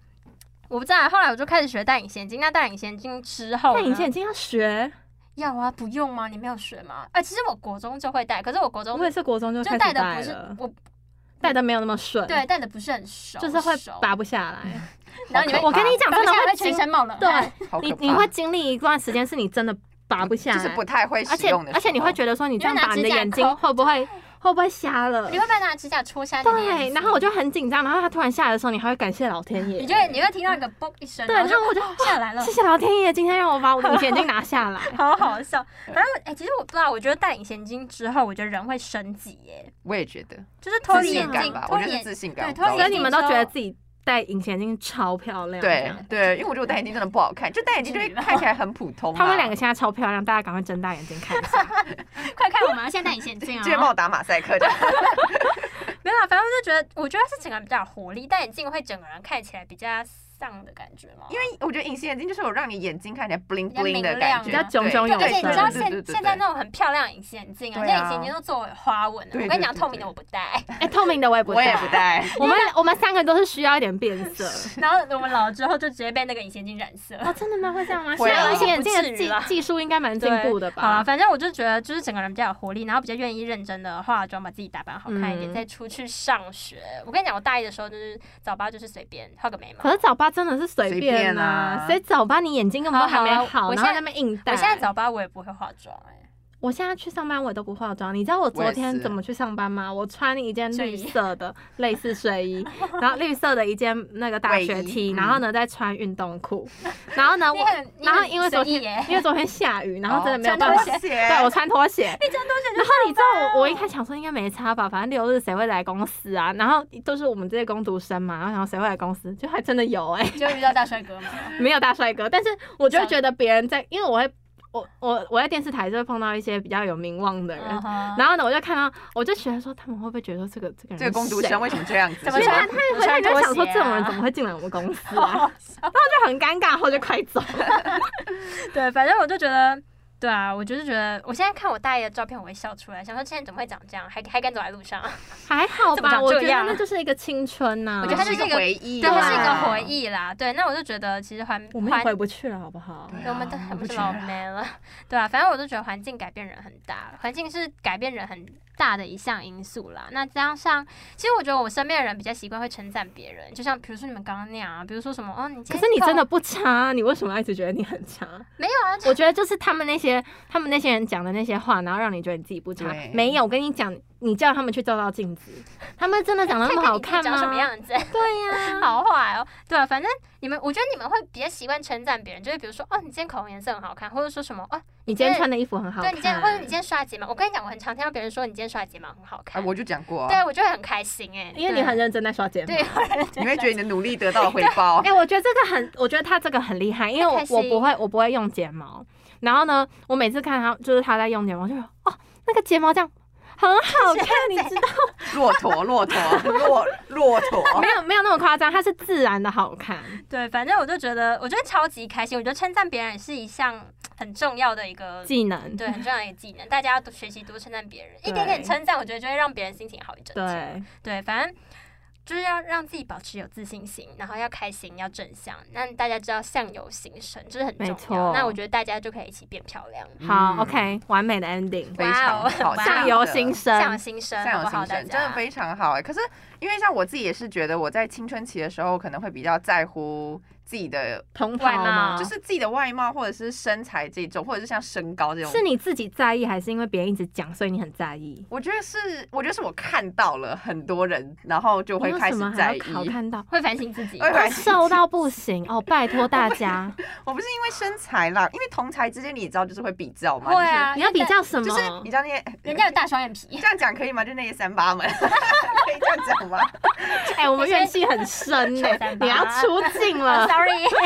S3: 我不知道啊。后来我就开始学戴隐形眼镜，那戴隐形眼镜之后呢，
S1: 戴隐形眼镜要学，
S3: 要啊，不用吗？你没有学吗？哎，其实我国中就会戴，可是我国中
S1: 我也是国中就
S3: 就
S1: 开始
S3: 戴
S1: 戴
S3: 的不是
S1: 了，
S3: 我，
S1: 戴的没有那么顺，
S3: 对，戴的不是很熟，
S1: 就是会
S3: 熟
S1: 拔不下来。
S3: 然后你会
S1: 我跟你讲，
S3: 拔
S1: 真
S3: 不
S1: 的
S3: 下来
S1: 会
S3: 会
S1: 经
S3: 全身冒冷汗。
S1: 对
S2: 好
S1: 你
S2: 可怕
S1: 你会经历一段时间，是你真的拔不下来，
S2: 就是不太会
S1: 而
S2: 使
S1: 且
S2: 用的时候，
S1: 而且你会觉得说，你这样把你的眼睛
S3: 你会拿指甲
S1: 会不会会不会瞎了
S3: 你？会把拿指甲戳下去。
S1: 对，然后我就很紧张，然后他突然下来的时候，你还会感谢老天爷
S3: 你，就会你会听到一个嘣一声，
S1: 对
S3: 然后
S1: 然后我就
S3: 哦下来了
S1: 谢。谢老天爷，今天让我把我的隐形眼镜拿下 来。
S3: 好 好笑，反正哎、其实我不知道，我觉得戴隐形眼镜之后，我觉得人会升级耶，
S2: 我也觉得
S3: 就是脱
S2: 自
S3: 离
S1: 眼
S2: 信
S3: 眼
S2: 感
S3: 镜
S2: 吧，，
S3: 脱
S2: 我觉
S3: 离
S2: 得是
S3: 眼
S2: 自 信感，
S3: 对脱离
S1: 所以
S2: 眼
S1: 你
S2: 镜，
S1: 们都觉得自己戴隐形眼镜超漂亮，这
S2: 对
S1: 样
S2: 对，因为我觉得我戴眼镜真的不好看，就戴眼镜
S3: 嗯
S2: 就会看 起来很普通啊嘛。
S1: 他们两个现在超漂亮，大家赶快睁大眼睛看一 下。
S3: 快看我们要现在戴隐形眼镜
S2: 就会帮
S3: 啊！
S2: 我打马赛克这样，
S3: 没有啦，反正我就觉得，我觉得是整个人比较有活力，戴眼镜会整个人看起来比较丧的感觉吗？
S2: 因为我觉得隐形眼镜就是有让你眼睛看起来 bling
S3: 比较
S2: bling 的
S3: 明
S2: 感
S3: 亮
S2: 觉，
S1: 比较炯炯
S2: 对
S1: 有
S3: 对，而
S2: 对
S3: 且你
S1: 神
S3: 知道
S2: 对对对
S3: 现
S2: 对
S3: 现在那种很漂亮隐形眼镜啊，
S2: 对啊
S3: 现在隐形眼镜都做有花纹的。
S2: 对
S3: 我跟你讲，
S2: 对对
S3: 透明的我不戴。
S1: 哎、透明的我也不
S2: 我也
S1: 戴，
S2: 不 戴，
S1: 我们我们三个都是需要一点变色。
S3: 然后我们老了之后就直接被那个隐形眼镜染色。
S1: 哦，真的吗？会这样吗？现
S2: 会啊
S1: 在隐形眼镜
S3: 不
S1: 的
S3: 至于啦
S1: 技技术应该蛮进
S3: 对
S1: 步的
S3: 好啊了，
S1: 吧？
S3: 反正我就觉得，就是整个人比较有活力，然后比较愿意认真的化妆，把自己打扮好看一点，
S1: 嗯
S3: 再出去上学。我跟你讲，我大一的时候就是早八就是随便画个眉毛
S1: 可。是早八真的是随
S2: 随便
S1: 啊
S2: 啊，
S1: 所以早八你眼睛根本都还没
S3: 好好
S1: 好，
S3: 我
S1: 然
S3: 现
S1: 后
S3: 在
S1: 在那边硬戴。
S3: 我现在早八我也不会化妆、哎，
S1: 我现在去上班我也都不化妆，你知道我昨
S2: 我也
S1: 天
S2: 是
S1: 怎么去上班吗？我穿一件
S3: 睡
S1: 绿
S3: 衣
S1: 色的 类似睡衣，然后绿色的一件那个大
S2: 卫
S1: 学
S2: 衣
S1: 梯，
S2: 嗯
S1: 然后呢再穿运动裤，然后哦呢我
S3: 你很，
S1: 然后因为昨
S3: 天，耶
S1: 因为昨天下雨，然后真的没有
S3: 哦
S1: 办
S3: 穿
S1: 法
S3: 拖
S2: 拖
S3: 鞋，
S2: 鞋，
S1: 对我穿拖鞋，
S3: 一张拖 鞋
S1: 然后你知道我，我一开始想说应该没差吧，反正六日谁会来公司啊？然后都是我们这些工读生嘛，然后想说谁会来公司，就还真的有哎、
S3: 就就遇到大帅 哥嘛。
S1: 没有大帅哥，但是我就会觉得别人在，因为我会，我我我在电视台就会碰到一些比较有名望的人，
S3: 嗯哼
S1: 然后呢，我就看到，我就觉得说他们会不会觉得说这个这个人
S2: 这个工读
S1: 是谁
S2: 生为什么这样子？
S3: 怎
S1: 所
S3: 么
S1: 以
S3: 穿啊
S1: 他他一回来就想说，嗯这种人啊怎么会进来我们公司、啊？ 就很尴尬，然后就快走。
S3: 对，反正我就觉得，对啊，我就是觉得，我现在看我大爷的照片，我会笑出来，想说现在怎么会长这样，还还敢走在路上？
S1: 还好
S3: 怎么
S1: 吧，
S3: 长
S1: 我
S3: 这
S1: 觉得
S3: 样
S1: 那就是一个青春呐、
S3: 我
S2: 我
S3: 觉得他就是是
S2: 一
S3: 一个
S2: 个回忆
S3: 对，
S2: 啦，
S3: 它是一个
S1: 啊
S3: 回忆啦。对，那我就觉得其实环
S1: 我们也
S3: 环
S1: 回。不去了，好不好？
S2: 对
S3: 对，我们
S2: 啊
S3: 都
S2: 我
S3: 我们
S2: 不
S3: 是
S2: 觉
S3: 老
S2: 得
S3: 没了， 对啊，反正我都觉得环境改变人很大，环境是改变人很大的一项因素啦。那加上，其实我觉得我身边的人比较习惯会称赞别人，就像比如说你们刚刚那样啊，比如说什么哦，你今
S1: 可
S3: 天
S1: 是你
S3: 头
S1: 真的不差，啊你为什么一直觉得你很差？
S3: 没有啊，就
S1: 我觉得就是他们那些他们那些人讲的那些话，然后让你觉得你自己不差
S2: 对。
S1: 没有，我跟你讲，你叫他们去照照镜子，他们真的长得那
S3: 看
S1: 么好
S3: 看你自己
S1: 看
S3: 长什么
S1: 吗？
S3: 样子，
S1: 对呀、
S3: 好坏哦，对啊，反正你们，我觉得你们会比较习惯称赞别人，就是比如说，哦，你今天口红颜色很好看，或者说什么，哦，
S1: 你今天穿的衣服很好
S3: 对
S1: 看，
S3: 你今天，或者你今天刷睫毛，我跟你讲，我很常听到别人说你今天刷睫毛很好
S2: 哎，
S3: 看，
S2: 我就讲过啊，
S3: 对我就会很开心哎、
S1: 因为你
S3: 对
S1: 很认真在刷睫毛。
S3: 对，我认真
S2: 你会觉得你的努力得到了回报
S1: 哎、。我觉得这个很，我觉得他这个很厉害，因为我
S3: 太开心
S1: 我不会，我不会用睫毛。然后呢，我每次看他就是他在用睫毛，就说哦，那个睫毛这样很 好看，你知道
S2: 骆驼，骆驼，骆骆驼
S1: 没，有没有那么夸张，它是自然的好看。
S3: 对，反正我就觉得，我觉得超级开心，我觉得称赞别人是一项很重要的一个。
S1: 技能
S3: 对，很重要的一个技能，大家要多学习多称赞别人，一
S1: 对
S3: 点点称赞，我觉得就会让别人心情好一阵子。
S1: 对，
S3: 对，反正就是要让自己保持有自信心，然后要开心，要正向。那大家知道相由心生，这、是很重
S1: 没
S3: 要。
S1: 错
S3: 那我觉得大家就可以一起变漂亮，
S1: 好、
S2: 嗯
S1: o k 完美的 ending。
S2: 非常
S3: 哇哦
S2: 好，
S3: 哇哦
S1: 上游新
S3: 相由
S1: 生，
S3: 心生，
S2: 善
S3: 嗯好
S2: 有
S3: 不好？
S2: 心
S3: 大
S2: 生，真的
S3: 家。
S2: 非常好哎、可是因为像我自己也是觉得，我在青春期的时候可能会比较在乎自己的，
S1: 同袍
S3: 外貌
S1: 吗？
S2: 就是自己的外貌或者是身材这种，或者是像身高这种。
S1: 是你自己在意，还是因为别人一直讲，所以你很在意？
S2: 我觉得是，我觉得是我看到了很多人，然后就会
S1: 你为
S2: 开
S1: 什
S2: 始
S1: 么还
S2: 在
S1: 要
S2: 意。
S1: 考看到？
S3: 会反省自己，
S2: 会
S1: 他
S2: 反
S1: 瘦到不行 哦！拜托大家，
S2: 我不是因为身材啦，因为同才之间你知道就是会比较嘛，
S3: 会啊，
S1: 你要比较什
S2: 就
S1: 么？
S2: 是就是你知道那些
S3: 人家，人家有大双眼皮
S2: 这，样讲可以吗？就那些三八们， 可以这样讲吗？
S1: 哎、我们怨气很 深呢、你要出镜了。
S3: ，sorry，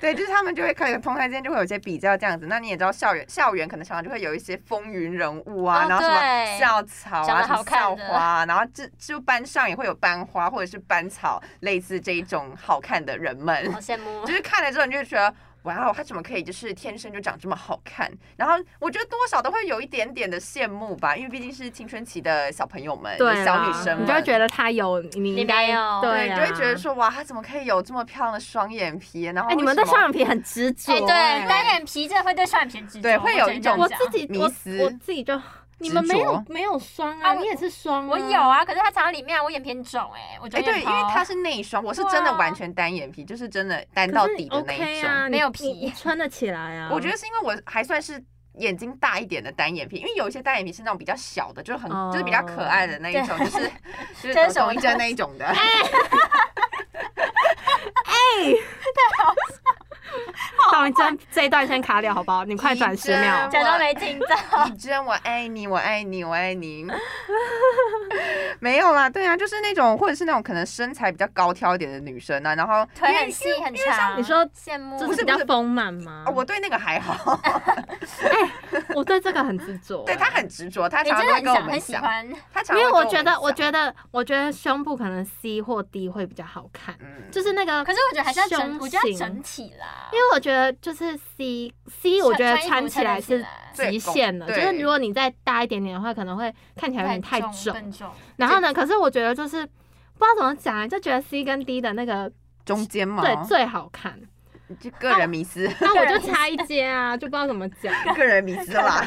S2: 对，就是他们就会可能同台之间就会有一些比较这样子。那你也知道校园校园可能常常就会有一些风云人物啊，
S3: 哦
S2: 然后什
S3: 对
S2: 么校草
S3: 长
S2: 啊、
S3: 得
S2: 什
S3: 好
S2: 么
S3: 看
S2: 校
S3: 的
S2: 花啊，然后就就班上也会有班花或者是班草，类似这一种好看的人们
S3: 好，羡慕
S2: 就。是看了之后你就觉得。哇哦，他怎么可以就是天生就长这么好看？然后我觉得多少都会有一点点的羡慕吧，因为毕竟是青春期的小朋友们、
S1: 对
S2: 小
S1: 啦
S2: 女生们，
S1: 你就会觉得他有，你
S3: 你
S1: 应该
S3: 没有
S1: 对
S2: 对，
S1: 啊，
S2: 你就会觉得，说哇，他怎么可以有这么漂亮的双眼皮？然后
S1: 哎、你
S2: 为
S1: 们
S2: 什
S1: 对
S2: 么
S1: 双眼皮很执着、
S3: 哎、
S1: 哎
S3: 对，单眼皮真的会对双眼皮执着，
S2: 对会有一种
S1: 我
S3: 我
S1: 自己
S2: 迷
S1: 我
S2: 思
S1: 我自己就，你们没有
S2: 啊执
S1: 没有双
S3: 啊
S1: 啊，
S3: 我
S1: 你也是双、啊，
S3: 我有。啊，可是它藏在里面啊，我眼皮很肿哎、我觉
S2: 哎、
S3: 得、
S2: 对，因为它是内双，我是真的
S3: 对啊
S2: 完全单眼皮，就是真的单
S1: 可
S2: 到
S1: 是
S2: 底的那一种。
S1: OK 啊，你
S3: 没有
S1: 你
S3: 皮
S1: 你穿得起来啊。
S2: 我觉得是因为我还算是眼睛大一点的单眼皮，因为有一些单眼皮是那种比较小的，就是很、就是比较可爱的那一种，就是就是
S3: 这
S2: 手
S3: 是什么
S2: 中一针那一种的。
S3: 好
S1: 我们 这这一段先卡掉好不好？你快转十秒
S2: 一。针
S3: 假装没听 到。
S2: 以真，我爱你，我爱你，我爱你。没有啦，对啊，就是那种或者是那种可能身材比较高挑一点的女生啊，然后
S3: 腿很细很长，
S1: 你说
S3: 羡慕？
S1: 就是比较丰满吗
S2: 啊？我对那个还好，
S1: 我对这个很执着。 欸
S2: 对她很执着，她
S3: 你
S2: 常
S3: 真
S2: 常
S3: 的
S2: 都会跟
S3: 很
S2: 我
S3: 想
S2: 们
S3: 很喜
S2: 讲，
S3: 欢，
S2: 她常
S1: 因为
S2: 常会跟
S1: 我
S2: 们
S1: 觉得，
S2: 讲
S1: 我觉得，我觉得胸部可能 C 或 D 会比较好看，
S2: 嗯
S1: 就是那个
S3: 可，是我觉得还是要
S1: 胸
S3: 整，我觉得要
S1: 型
S3: 整体啦。
S1: 因为我觉得就是 C C，我觉得
S3: 穿
S1: 穿起来是
S2: 最
S1: 极限了，
S2: 拱
S1: 就
S2: 对
S1: 是如果你再大一点点的话，可能会看起来有点太
S3: 重，
S1: 重。
S3: 笨重。
S1: 然后呢，可是我觉得就是不知道怎么讲，欸就觉得 C 跟 D 的那个
S2: 中间嘛，
S1: 对最好看，
S2: 就个人迷 思，
S1: 那我就差一阶啊，就不知道怎么讲。
S2: 个人迷思 啦。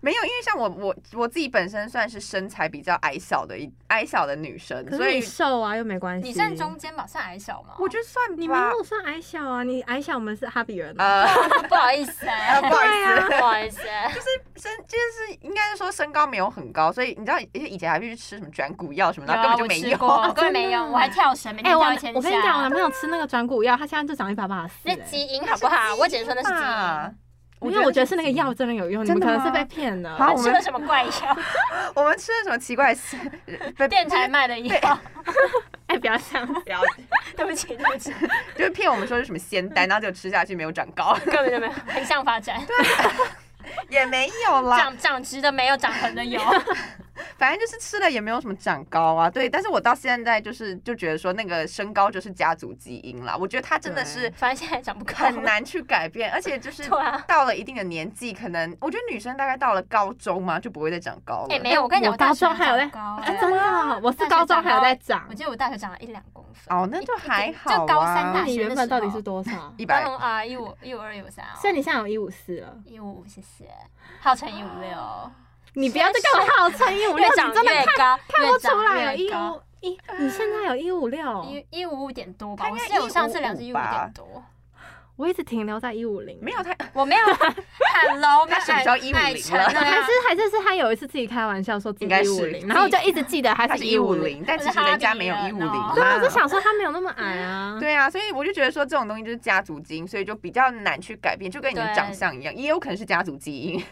S2: 没有，因为像我我我自己本身算是身材比较矮小的一矮小的女 生，
S1: 可
S2: 所
S1: 是你
S2: 以
S1: 瘦啊，又没关系。
S3: 你算中，间吧，算矮小吗？
S2: 我觉得算
S1: 你明
S2: 吧
S1: 明，我算矮小啊，你矮小我们是哈比人啊。
S2: 呃，
S3: 得不好意思哎，
S2: 不好意思。
S3: 不好意思，啊
S2: 身就是应该是说身高没有很高，所以你知道以前还必须吃什么转骨药什么的，根
S3: 啊，
S2: 本就
S3: 我
S2: 没
S3: 吃过，
S2: 用。
S3: 根
S1: 真
S3: 本没
S1: 的
S3: 用，我还跳绳，每
S1: 哎、
S3: 天
S1: 我
S3: 跳一
S1: 男
S3: 千下。
S1: 我跟你讲，我男朋友吃那个转骨药，他现在就长一百八十四。
S3: 那
S1: 哎
S3: 基因好不好？我只能说那是基
S2: 啊
S3: 因。
S1: 因为我觉得是那个药真的有用，你们
S2: 真的
S1: 可能是
S2: 吗
S1: 被骗的。
S2: 好我
S3: 吃
S2: 们
S3: 了什么怪药？
S2: 我们吃了什么奇怪的 食被
S3: 电台卖的药？
S1: 哎、不要这样，
S2: 不要，
S3: 对不起，对不 起，
S2: 就是骗我们说是什么 仙丹，然后就吃下去没有长高，
S3: 根本就没有横向发展，
S2: 也没有啦。
S3: 长长直的没有，长横的有。
S2: 反正就是吃了也没有什么长高啊。对，但是我到现在就是就觉得说那个身高就是家族基因啦，我觉得它真的是
S3: 反正现在长不高，
S2: 很难去改变，而 且就是
S3: 对啊。
S2: 到了一定的年纪，可能我觉得女生大概到了高中嘛就不会再长高
S3: 哎，
S2: 了。
S3: 没有，我跟你讲，
S1: 我高
S3: 大学
S1: 中还有在
S3: 长高
S1: 哎、
S3: 哎
S1: 真的哦，我是
S3: 大学
S1: 高中
S3: 长
S1: 还有
S3: 高
S1: 在长
S3: 我。记得我大学长了一两公分，
S2: 哦，那就还好啊。
S3: 就高三大
S1: 你
S3: 学的
S1: 原本
S3: 时
S1: 到底
S3: 候
S1: 是多 少？
S2: 一
S3: 高
S2: 百
S3: 中啊一五一五二一五三哦，
S1: 所以你现在有一五四了，
S3: 一五五谢谢，号称一五六，
S1: 你不要 再跟我号称一五六，
S3: 越
S1: 你
S3: 长
S1: 真的
S3: 越
S1: 看
S3: 高，
S1: 看
S3: 越
S1: 不
S3: 长
S1: 出来有
S3: 越
S1: 一
S3: 高。
S1: 五哦一，你现在有一五六，
S3: 一一五五点多吧，
S2: 他
S3: 我
S2: 应该
S3: 记得我上次量是一
S2: 155
S3: 五
S2: 吧
S3: 点多，
S1: 我一直停留在一五零，
S2: 没有他，
S3: 我没有，Hello，
S2: 他什么时候150了
S1: 还
S3: 还
S1: 是还是是他有一次自己开玩笑说自
S2: 应
S1: 己
S2: 该
S1: 一
S2: 是
S1: 五零，然后我就一直记得他
S2: 他
S1: 是
S2: 是
S1: 一
S2: 一
S1: 五
S2: 五
S1: 零。
S2: 零，但其实人家没有一五零嘛。
S1: 对，我就想说他没有那么矮啊。
S2: 对啊，所以我就觉得说这种东西就是家族基因，所以就比较难去改变，就跟你的
S3: 对
S2: 长相一样，也有可能是家族基因，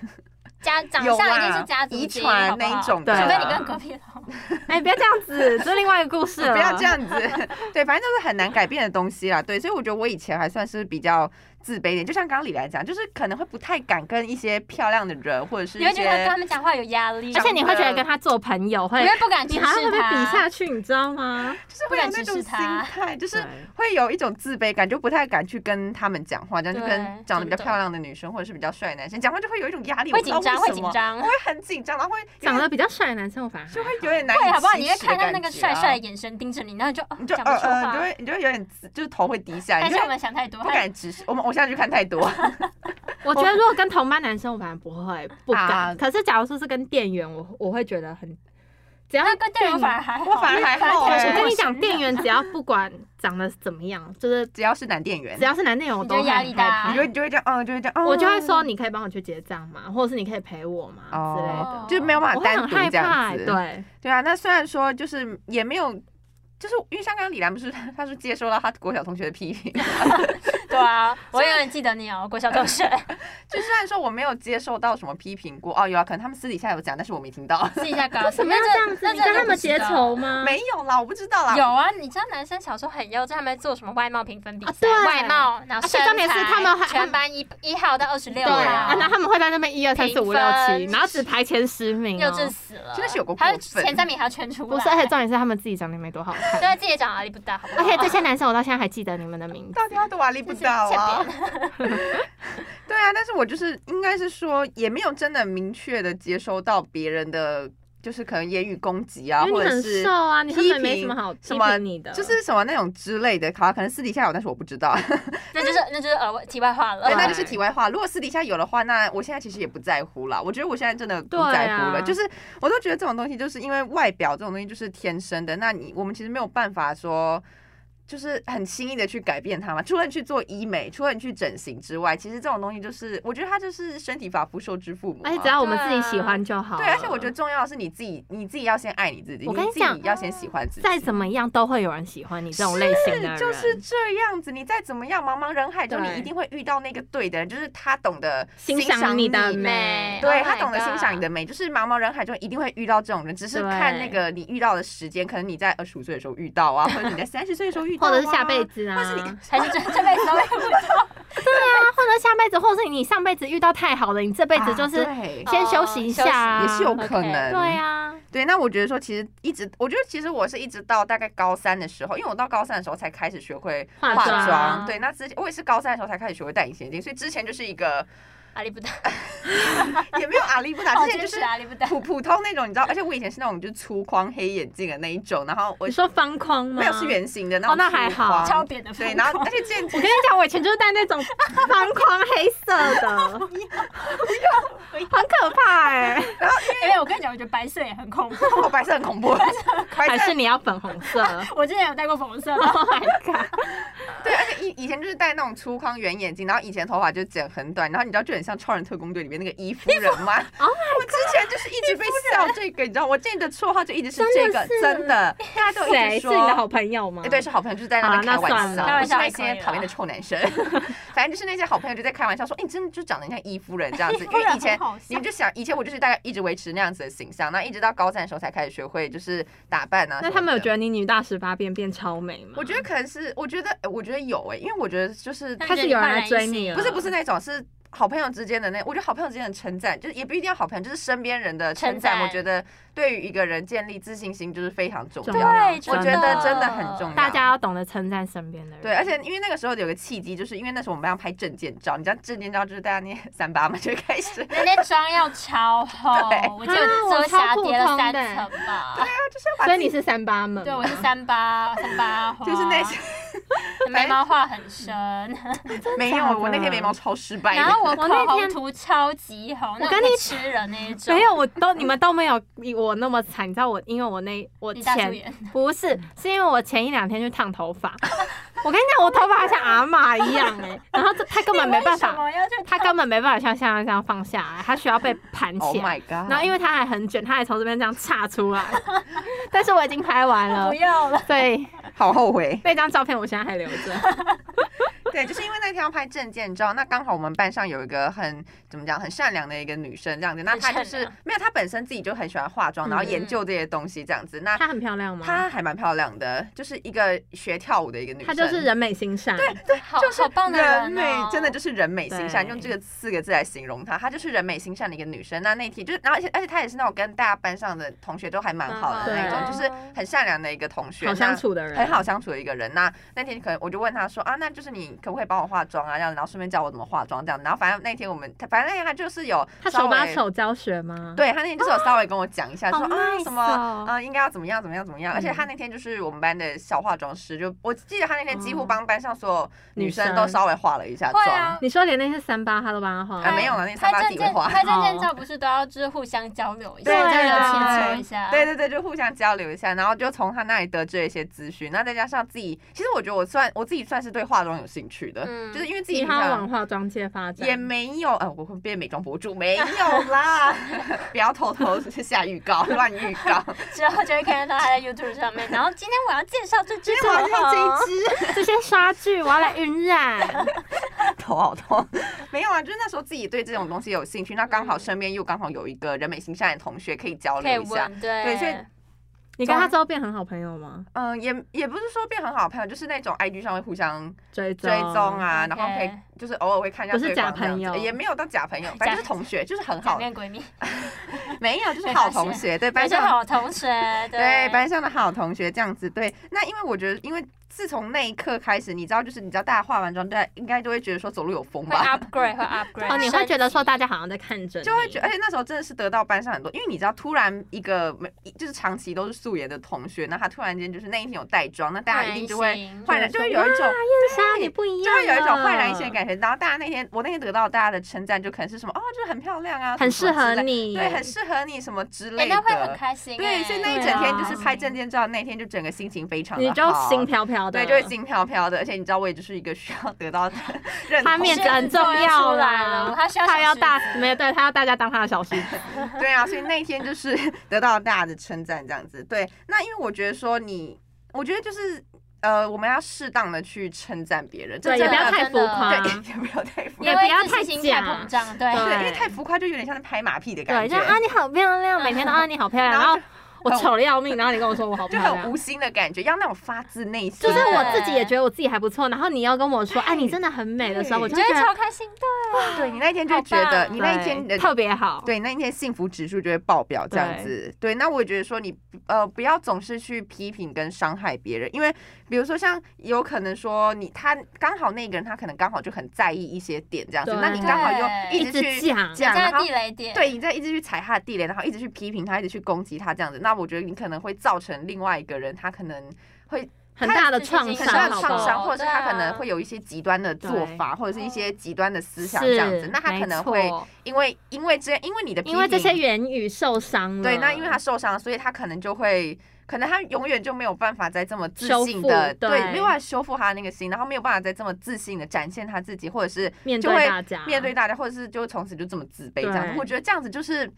S3: 家长
S2: 有
S3: 相一
S2: 啦
S3: 定是家族
S2: 遗
S3: 基因
S2: 传
S3: 好不好
S2: 那一种
S1: 对
S2: 的，
S3: 除非你跟隔壁老，
S1: 哎、不要这样子，这是另外一个故事了。
S2: 哦不
S3: 啊
S2: 要这样子， 对，反正都是很难改变的东西啦。对，所以我觉得我以前还算是比较自卑一点，就像刚刚李兰讲，就是可能会不太敢跟一些漂亮的人或者是
S3: 你
S2: 一
S3: 会觉得跟
S2: 些
S3: 他们讲话有压力，
S1: 而且你会觉得跟他做朋友会
S3: 你，会不敢直
S1: 你
S3: 视
S1: 好像会被比
S3: 他，
S1: 下去，你知道吗？
S2: 就是
S3: 不
S2: 会
S3: 敢
S2: 有那
S3: 直
S2: 种
S3: 视
S2: 心
S3: 他
S2: 态，就是
S1: 对
S2: 会有一种自卑感，就不太敢去跟他们讲话，这样就
S3: 对
S2: 跟长得比
S3: 真的
S2: 较漂亮的女生或者是比较帅的男生讲话就会有一种压力，
S3: 会
S2: 我不知道
S3: 紧张，
S2: 为
S3: 会
S2: 什
S3: 紧
S2: 么
S3: 张
S2: 我。 会很紧张，然后会
S1: 长得比较帅的男生，我反而
S2: 就会
S1: 还
S2: 有点难以
S3: 会好不好？
S2: 启
S3: 你会
S2: 齿的
S3: 看到
S2: 感
S3: 那个
S2: 觉
S3: 帅
S2: 啊
S3: 帅的，眼神盯着你，然后你就哦
S2: 你就
S3: 讲
S2: 呃
S3: 不出
S2: 呃，你就
S3: 话。
S2: 会你就会有点自就是头会低下，
S3: 但
S2: 你
S3: 是
S2: 就
S3: 我
S2: 会
S3: 们想太多，
S2: 不敢直视。我们我现在去看太 多，
S1: 我觉得如果跟同班男生，我反而不会不敢。
S2: 啊
S1: 可是假如说是跟店员，我我会觉得很，只要
S3: 那跟店员反而还好，
S2: 我反而还好
S3: 反而
S1: 我
S2: 哎
S1: 跟
S3: 我
S1: 你讲，店员只要不管长得怎么样，就是
S2: 只要是男店员
S1: 只，要是男店员，我都
S3: 你就压力大
S1: 很害怕
S2: 你就会你就会这样，嗯，就会这样，嗯
S1: 啊我就会说，你可以帮我去结账吗？或者是你可以陪我吗？之类
S2: 哦
S1: 的，，
S2: 就是没有办
S1: 我
S2: 法
S1: 会
S2: 单
S1: 很
S2: 独
S1: 害
S2: 这
S1: 怕、
S2: 样
S1: 欸
S2: 子，
S1: 对，
S2: 对啊。那虽然说就是也没有。就是因为像刚刚李兰不是， 她是接收到她国小同学的批评，
S3: 对啊，我永远记得你哦，国小同学，
S2: 就虽然说我没有接受到什么批评过，哦，有啊，可能他们私底下有讲，但是我没听到，
S3: 试一下高。为
S1: 什么要这样子？你跟他们结仇吗？
S2: 没有啦，我不知道啦，
S3: 有啊，你知道男生小时候很幼稚，他们做什么外貌评分比
S1: 啊
S3: 赛，
S1: 对
S3: 外貌，然后
S1: 而且
S3: 身材
S1: 重点是他们还
S3: 全班一一号到二十六
S1: 对
S3: 号
S1: 啊，，然后他们会在那边一二三四五
S3: 评
S1: 六七，
S3: 分
S1: 然后只排前十名、
S3: 幼稚
S1: 哦。
S3: 死了，
S2: 真的是有够过
S3: 还
S2: 分
S3: 有前三名还要圈出来，
S1: 不是，而且重点是他们自己长得没多好看。
S2: 啊
S3: 对自己长得哪里不大，好不
S1: 而
S3: 好
S1: 且这些男生我到现在还记得你们的名字。
S2: 到底要多瓦力不到啊？ 对啊，但是我就是应该是说，也没有真的明确的接收到别人的，就是可能言语攻击啊，
S1: 因
S2: 或
S1: 为你
S2: 者
S1: 很
S2: 是
S1: 瘦啊，你根本没什么好批
S2: 什么
S1: 评你的，
S2: 就是什么那种之类的，好，可能私底下有，但是我不知道。
S3: 那就是那就是呃题外话了
S2: 对，
S1: 对，
S2: 那就是题外话。如果私底下有的话，那我现在其实也不在乎啦。我觉得我现在真的不
S1: 对啊
S2: 在乎了，就是我都觉得这种东西，就是因为外表这种东西就是天生的。那你我们其实没有办法说。就是很轻易的去改变它嘛。除了你去做医美，除了你去整形之外，其实这种东西就是，我觉得它就是身体发肤受之父母
S1: 而
S2: 嘛。啊
S1: 哎且只要我们自己喜欢就好了。
S2: 对，而啊且我觉得重要的是你自己，你自己要先爱你自己，
S1: 我跟你
S2: 你自
S1: 讲
S2: 己要先喜欢自己。
S1: 再怎么样都会有人喜欢你这种类型的人，
S2: 就是这样子，你再怎么样茫茫人海中，
S1: 对
S2: 你一定会遇到那个对的人，就是他懂得
S1: 欣
S2: 赏
S1: 赏
S2: 你
S1: 你的
S2: 美
S1: 美。
S2: 对
S3: Oh
S2: 他
S3: my
S2: 懂得欣赏你
S3: God
S2: 的美，就是茫茫人海中一定会遇到这种人，只是看
S1: 对
S2: 那个你遇到的时间，可能你在二十五岁的时候遇到啊，或者你在三十岁的时候遇到、
S1: 或
S2: 啊，
S1: 者是下辈子啊，
S2: 或是你
S3: 还是这这辈子都 会
S1: 啊或者下辈子，或者是你上辈子遇到太好了，你这辈子就
S2: 啊
S1: 是
S2: 对
S1: 先休息一下啊，
S2: 也是有可
S3: OK
S2: 能，
S1: 对啊，
S2: 对，那我觉得说，其实一直，我觉得其实我是一直到大概高三的时候，因为我到高三的时候才开始学会
S1: 化
S2: 化
S1: 妆啊
S2: 妆。对，那之前我也是高三的时候才开始学会戴隐形眼镜，所以之前就是一个
S3: 阿啊里不达，
S2: 也没有阿丽不达，
S3: 哦，
S2: 啊之前
S3: 这
S2: 就
S3: 就是是
S1: 啊
S3: 阿里不达，
S2: 普普通那种，你知道，而且我以前是那种就是粗框黑眼镜的那一种，然后我
S1: 你说方框吗？
S2: 没有是。圆形的那
S1: 哦
S2: 种，
S1: 那还好
S3: 超扁 的
S2: 啊对，
S3: 疯
S2: 然后
S3: 狂
S2: 而且之前
S1: 我跟你讲，我以前就是戴那种方框黑色的， 很可怕哎、
S3: 因为我跟你讲，我觉得白色也很恐 怖。
S2: 我白色很 恐怖，白
S1: 还
S2: 色
S1: 是你要粉红 色
S3: 我之前有戴过粉红色的，
S1: ？Oh my god！
S2: 对，而且以以前就是戴那种粗框圆眼镜，然后以前头发就剪很短，然后你知道就很像超人特工队里面那个伊夫人吗？
S1: ，Oh
S2: ？Oh 我之前就是一直被笑这个，你知道，我之前的绰号就一直是这
S1: 真
S2: 个，
S1: 的是
S2: 真的，大家都一
S1: 谁是
S2: 直说。
S1: 你的好朋友吗？
S2: 哎对，是好朋友，就是在那
S1: 好
S2: 边
S1: 啦
S2: 开
S1: 那算
S2: 玩
S1: 了
S2: 笑，
S1: 开
S3: 玩
S2: 就是
S3: 笑
S2: 那
S3: 也可以
S2: 些
S3: 啦
S2: 讨厌的臭男生， 反正就是那些好朋友就在开玩笑说，哎、你真的就长得像伊夫人这样子，因
S3: 夫
S2: 为
S3: 人
S2: 以前
S3: 很好笑
S2: 你们就想，以前我就是大概一直维持那样子的形象，那一直到高三的时候才开始学会就是打扮啊。
S1: 那他们有觉
S2: 得？
S1: 得你女大十八变变超美吗？
S2: 我觉得可能是，我觉得，哎我觉得有哎、因为我觉得就是
S1: 开始有啊人来追你了
S2: 不是不是那种，是好朋友之间的那，我觉得好朋友之间的称赞，就是也不一定要好朋友，就是身边人的称
S3: 称
S2: 赞。
S3: 赞
S2: 我觉得对于一个人建立自信心就是非常重
S1: 重
S2: 要
S1: 要，
S3: 对，
S2: 我觉
S1: 真
S2: 得
S1: 的
S2: 真的很重要。
S1: 大家要懂得称赞身边的人。
S2: 对，而且因为那个时候有个契机，就是因为那时候我们班要拍证件照，你知道证件照就是大家念三八嘛，就开始，
S1: 啊
S3: 那天妆要超厚
S2: 对，
S3: 我记得遮瑕叠了三
S1: 啊
S3: 层 吧。
S2: 就是要把
S1: 所以
S2: 自
S1: 你
S2: 己
S1: 是三八们吗，
S3: 对，我是三八三八花，
S2: 就是那些
S3: 眉毛画很深，
S2: 没有，我那天眉毛超失败的
S3: 然。后我
S1: 我那
S3: 口
S1: 天
S3: 红涂超级红，
S1: 我
S3: 那
S1: 跟你
S3: 种吃人那一种，
S1: 没有，我都你们都没有比我那么惨，你知道我，因为我那我
S3: 你大素
S1: 前
S3: 颜，
S1: 不是，是因为我前一两天去烫头发， 我跟你讲，我头发像阿嬷一样哎、然后这他根本没办
S3: 你为什
S1: 法，
S3: 么要去
S1: 他根本没办法像现在这样放下来，他需要被盘
S2: Oh
S1: 起来。
S2: my god！
S1: 然后因为他还很卷，他还从这边这样岔出来， 但是我已经拍完了
S3: 不，要了，
S1: 所以
S2: 好后悔，
S1: 那张照片我现在还留着。
S2: 对，就是因为那天要拍证件照，那刚好我们班上有一个很怎么讲，很善良的一个女生这样子，那
S3: 很
S2: 她就
S3: 善
S2: 是
S3: 良
S2: 没有，她本身自己就很喜欢化妆，然后研究这些东西这样子，那
S1: 嗯她很漂亮吗？
S2: 她还蛮漂亮的，就是一个学跳舞的一个女生，
S1: 她就是人美心善，对
S3: 对，好
S2: 就是
S3: 好棒的
S2: 人
S3: 哦
S2: 美，真的就是人美心善，
S1: 对
S2: 用这个四个字来形容她，她就是人美心善的一个女生。那那天就是，然后而且而且她也是那种跟大家班上的同学都还蛮好的那
S1: 蛮好
S2: 种，
S1: 的
S2: 就是很善良的一个同学，
S1: 嗯好
S2: 那
S1: 相处的人，
S2: 很好相处的一个人。那那天可能我就问他说啊，那就是你可不可以帮我化妆啊？这样，然后顺便教我怎么化妆这样。然后反正那天我们，他反正那天他就是有
S1: 她
S2: 稍
S1: 手把
S2: 微。
S1: 手教学吗？
S2: 对他那天就是有稍微跟我讲一下，
S1: 好
S2: 说啊
S1: nice
S2: 什么
S1: 哦嗯
S2: 呃应该要怎么样怎么样怎么样，而且他那天就是我们班的小化妆师，就我记得他那天几乎
S1: 哦
S2: 帮班上所有女
S1: 女
S2: 生
S1: 生
S2: 都稍微化了一下
S3: 会
S2: 妆，
S3: 啊。
S1: 你说连那些三八她都帮她画，
S2: 啊没有了那三
S3: 拍
S2: 八
S3: 证
S2: 自己会
S3: 件
S2: 画
S3: 拍证件照不是都要就是互相交流一下，
S2: 对
S3: 交
S1: 对
S3: 流切
S2: 对
S3: 磋一下，
S2: 对对对，就互相交流一下，然后就从他那里得知了一些资讯，那再加上自己，其实我觉得我算我自己算是对化妆有兴趣的，
S3: 嗯
S2: 就是因为自
S1: 你
S2: 己平
S1: 她
S2: 常
S1: 往化妆界发展
S2: 也没有，呃，我会变美妆博主 没有啦， 不要偷偷下预告、乱预 告。
S3: 之后就会看得到他在 YouTube 上面。然后今天我要介绍这支口
S2: 我要看
S3: 红，
S2: 这一支，
S1: 这些刷剧，我要来晕 染。
S2: 头好痛。 没有啊，就是那时候自己对这种东西有兴趣，那刚好身边又刚好有一个人美心善的同学可以交
S3: 可以
S2: 流一下。
S3: 问，对
S2: 对所以
S1: 你跟她之后变很好朋友吗？
S2: 嗯，也也不是说变很好的朋友，就是那种 IG 上会互相
S1: 追踪
S2: 追踪
S3: 嗯
S2: 啊，然后可以
S3: OK
S2: 就是偶尔会看一下
S1: 不是
S2: 对方
S1: 假
S2: 这样
S1: 朋
S2: 子
S1: 友
S2: 也没有到假 朋友，反正就是同学，就是很
S3: 假
S2: 好，
S3: 面闺蜜，
S2: 没有就是好同学，对班
S3: 也是
S2: 上
S3: 好 同学，
S2: 对班上的好同学这样子。对，那因为我觉得，因为自从那一刻开始，你知道，就是你知道，大家化完妆，大家应该都会觉得说走路有风
S3: 会
S2: 吧。
S3: upgrade 会 upgrade，
S1: 哦，你会觉得说大家好像在看着你，
S2: 就会觉得，哎而且那时候真的是得到班上很多，因为你知道，突然一个没就是长期都是素颜的同学，那他突然间就是那一天有带妆，那大家一定就会焕然，就会有一种
S1: 燕莎啊你不一
S2: 就
S1: 样，啊
S2: 会有一种焕然一新的，感觉。然后大家那天我那天得到大家的称赞，就可能是什么哦，就是很漂亮啊，
S1: 很
S2: 什
S1: 适
S2: 么什么之
S1: 合
S2: 类，
S1: 你，
S2: 对，很适合你什么之
S3: 哎，
S2: 类的。
S3: 那会很开心欸，
S2: 对，所以那一
S1: 对
S2: 整天
S1: 啊
S2: 就是拍证件照，那一天就整个心情非常的
S1: 你就
S2: 好。
S1: 心飘飘飘的，
S2: 对，就会轻飘飘的。而且你知道，我也就是一个需要得到 认
S1: 他
S2: 同
S1: 面子很重
S3: 要
S1: 要
S3: 了，
S1: 啦。
S3: 他需要
S1: 他要
S3: 小
S1: 大，没有对他要大家当他的小狮 子，
S2: 对啊，所以那一天就是 得到大家的称赞，这样子。对，那因为我觉得说你，我觉得就是呃，我们要适当的去称赞别人，这
S1: 对，也
S2: 真
S1: 不
S2: 的
S1: 要太
S3: 真
S1: 浮
S3: 的
S1: 夸，
S2: 对， 也不
S1: 也
S2: 要太浮夸
S3: 狮子，因
S1: 不
S3: 为
S1: 要
S3: 自
S1: 太
S3: 信心太
S1: 假
S3: 膨胀，对，
S1: 对
S2: 对，因为太浮夸就有点像是拍马屁的
S1: 对，
S2: 感
S1: 就
S2: 觉，
S1: 啊你好漂亮，每天都啊你好漂亮，
S2: 然
S1: 然
S2: 后
S1: 后
S2: 就
S1: 我
S2: 很
S1: 丑的要命，然后你跟我说我好
S2: 就
S1: 漂
S2: 很
S1: 亮
S2: 无，心的感觉，要那种发自内心
S1: 就
S2: 的。
S1: 是我
S3: 对
S1: 自己也觉得我自己还不错，然后你要跟我说哎你真的很美的时候，
S2: 对
S1: 我
S3: 我
S1: 就
S3: 觉
S1: 觉
S3: 得
S1: 得
S3: 超开心的，
S2: 对你那一天就会觉
S3: 好
S2: 得，
S3: 棒
S2: 你那一天
S1: 对
S2: 的
S1: 特别好，
S2: 对，那一天幸福指数就会爆表这样子。对，那我也觉得说你呃不要总是去批评跟伤害别人，因为比如说像有可能说你他刚好那个人他可能刚好就很在意一些点这样子，
S1: 对
S2: 那你刚好又
S3: 对
S2: 一直
S1: 直
S2: 去
S1: 讲，
S2: 讲
S3: 在
S2: 然后
S3: 地雷点，
S2: 对，你在一直去踩他的地雷，然后一直去批评他，一直去攻击他这样子，那我觉得你可能会造成另外一个人他可能会
S1: 很大的
S3: 自己
S1: 创
S2: 很
S1: 伤，
S2: 大
S3: 伤
S2: 的
S1: 好不
S2: 创
S1: 好
S2: 伤，或者是他可
S3: 对啊
S2: 能会有一些极端的做法，或者是一些极端的思想这样子
S1: 哦是，
S2: 那他可
S1: 没
S2: 能会
S1: 错
S2: 因为因为这因为你的批
S1: 因为这些
S2: 评
S1: 言语受伤了，
S2: 对，那因为他
S1: 嗯
S2: 受伤，所以他可能就会。可能他永远就没有办法再这么自
S1: 修
S2: 信
S1: 复
S2: 的，
S1: 对
S2: 没有办法修复他的那个心，然后没有办法再这么自信的展现他自己，或者是
S1: 面
S2: 就
S1: 对
S2: 会
S1: 大家，
S2: 面对大家，或者是就从此就这么自卑这样子
S1: 对。
S2: 我觉得这样子就是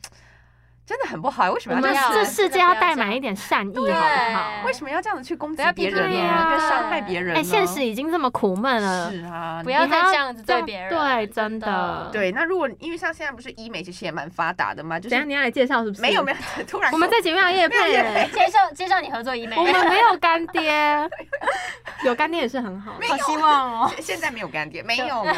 S2: 真的很不好，为什
S1: 我
S2: 么要
S1: 们
S2: 这样
S3: 要
S2: 子
S1: 这世界要带满一点善意，好不好
S3: 对？
S2: 为什么要这样子去攻击
S3: 不要
S2: 别
S3: 批评啊
S2: 人
S1: 别
S2: 呢？
S1: 人
S2: 跟伤害别人呢？啊哦
S1: 哎，现实已经这么苦闷了，
S2: 是啊，
S3: 不要再
S1: 你还要
S3: 这样子
S1: 这
S3: 对
S1: 样
S3: 别人，
S1: 对真的
S2: 对，那如果因为像现在不是医美其实也蛮发达的嘛，就
S1: 等一下
S2: 是
S1: 你要来介绍是不是？
S2: 没有没有，突然
S1: 我们
S2: 说
S1: 在节目上夜
S2: 没有业
S1: 配，
S3: 接受接受你合作医美，
S1: 我们没有干 爹，有干爹也是很好的。
S3: 好希望哦，
S2: 现在没有干爹，没 有嘛，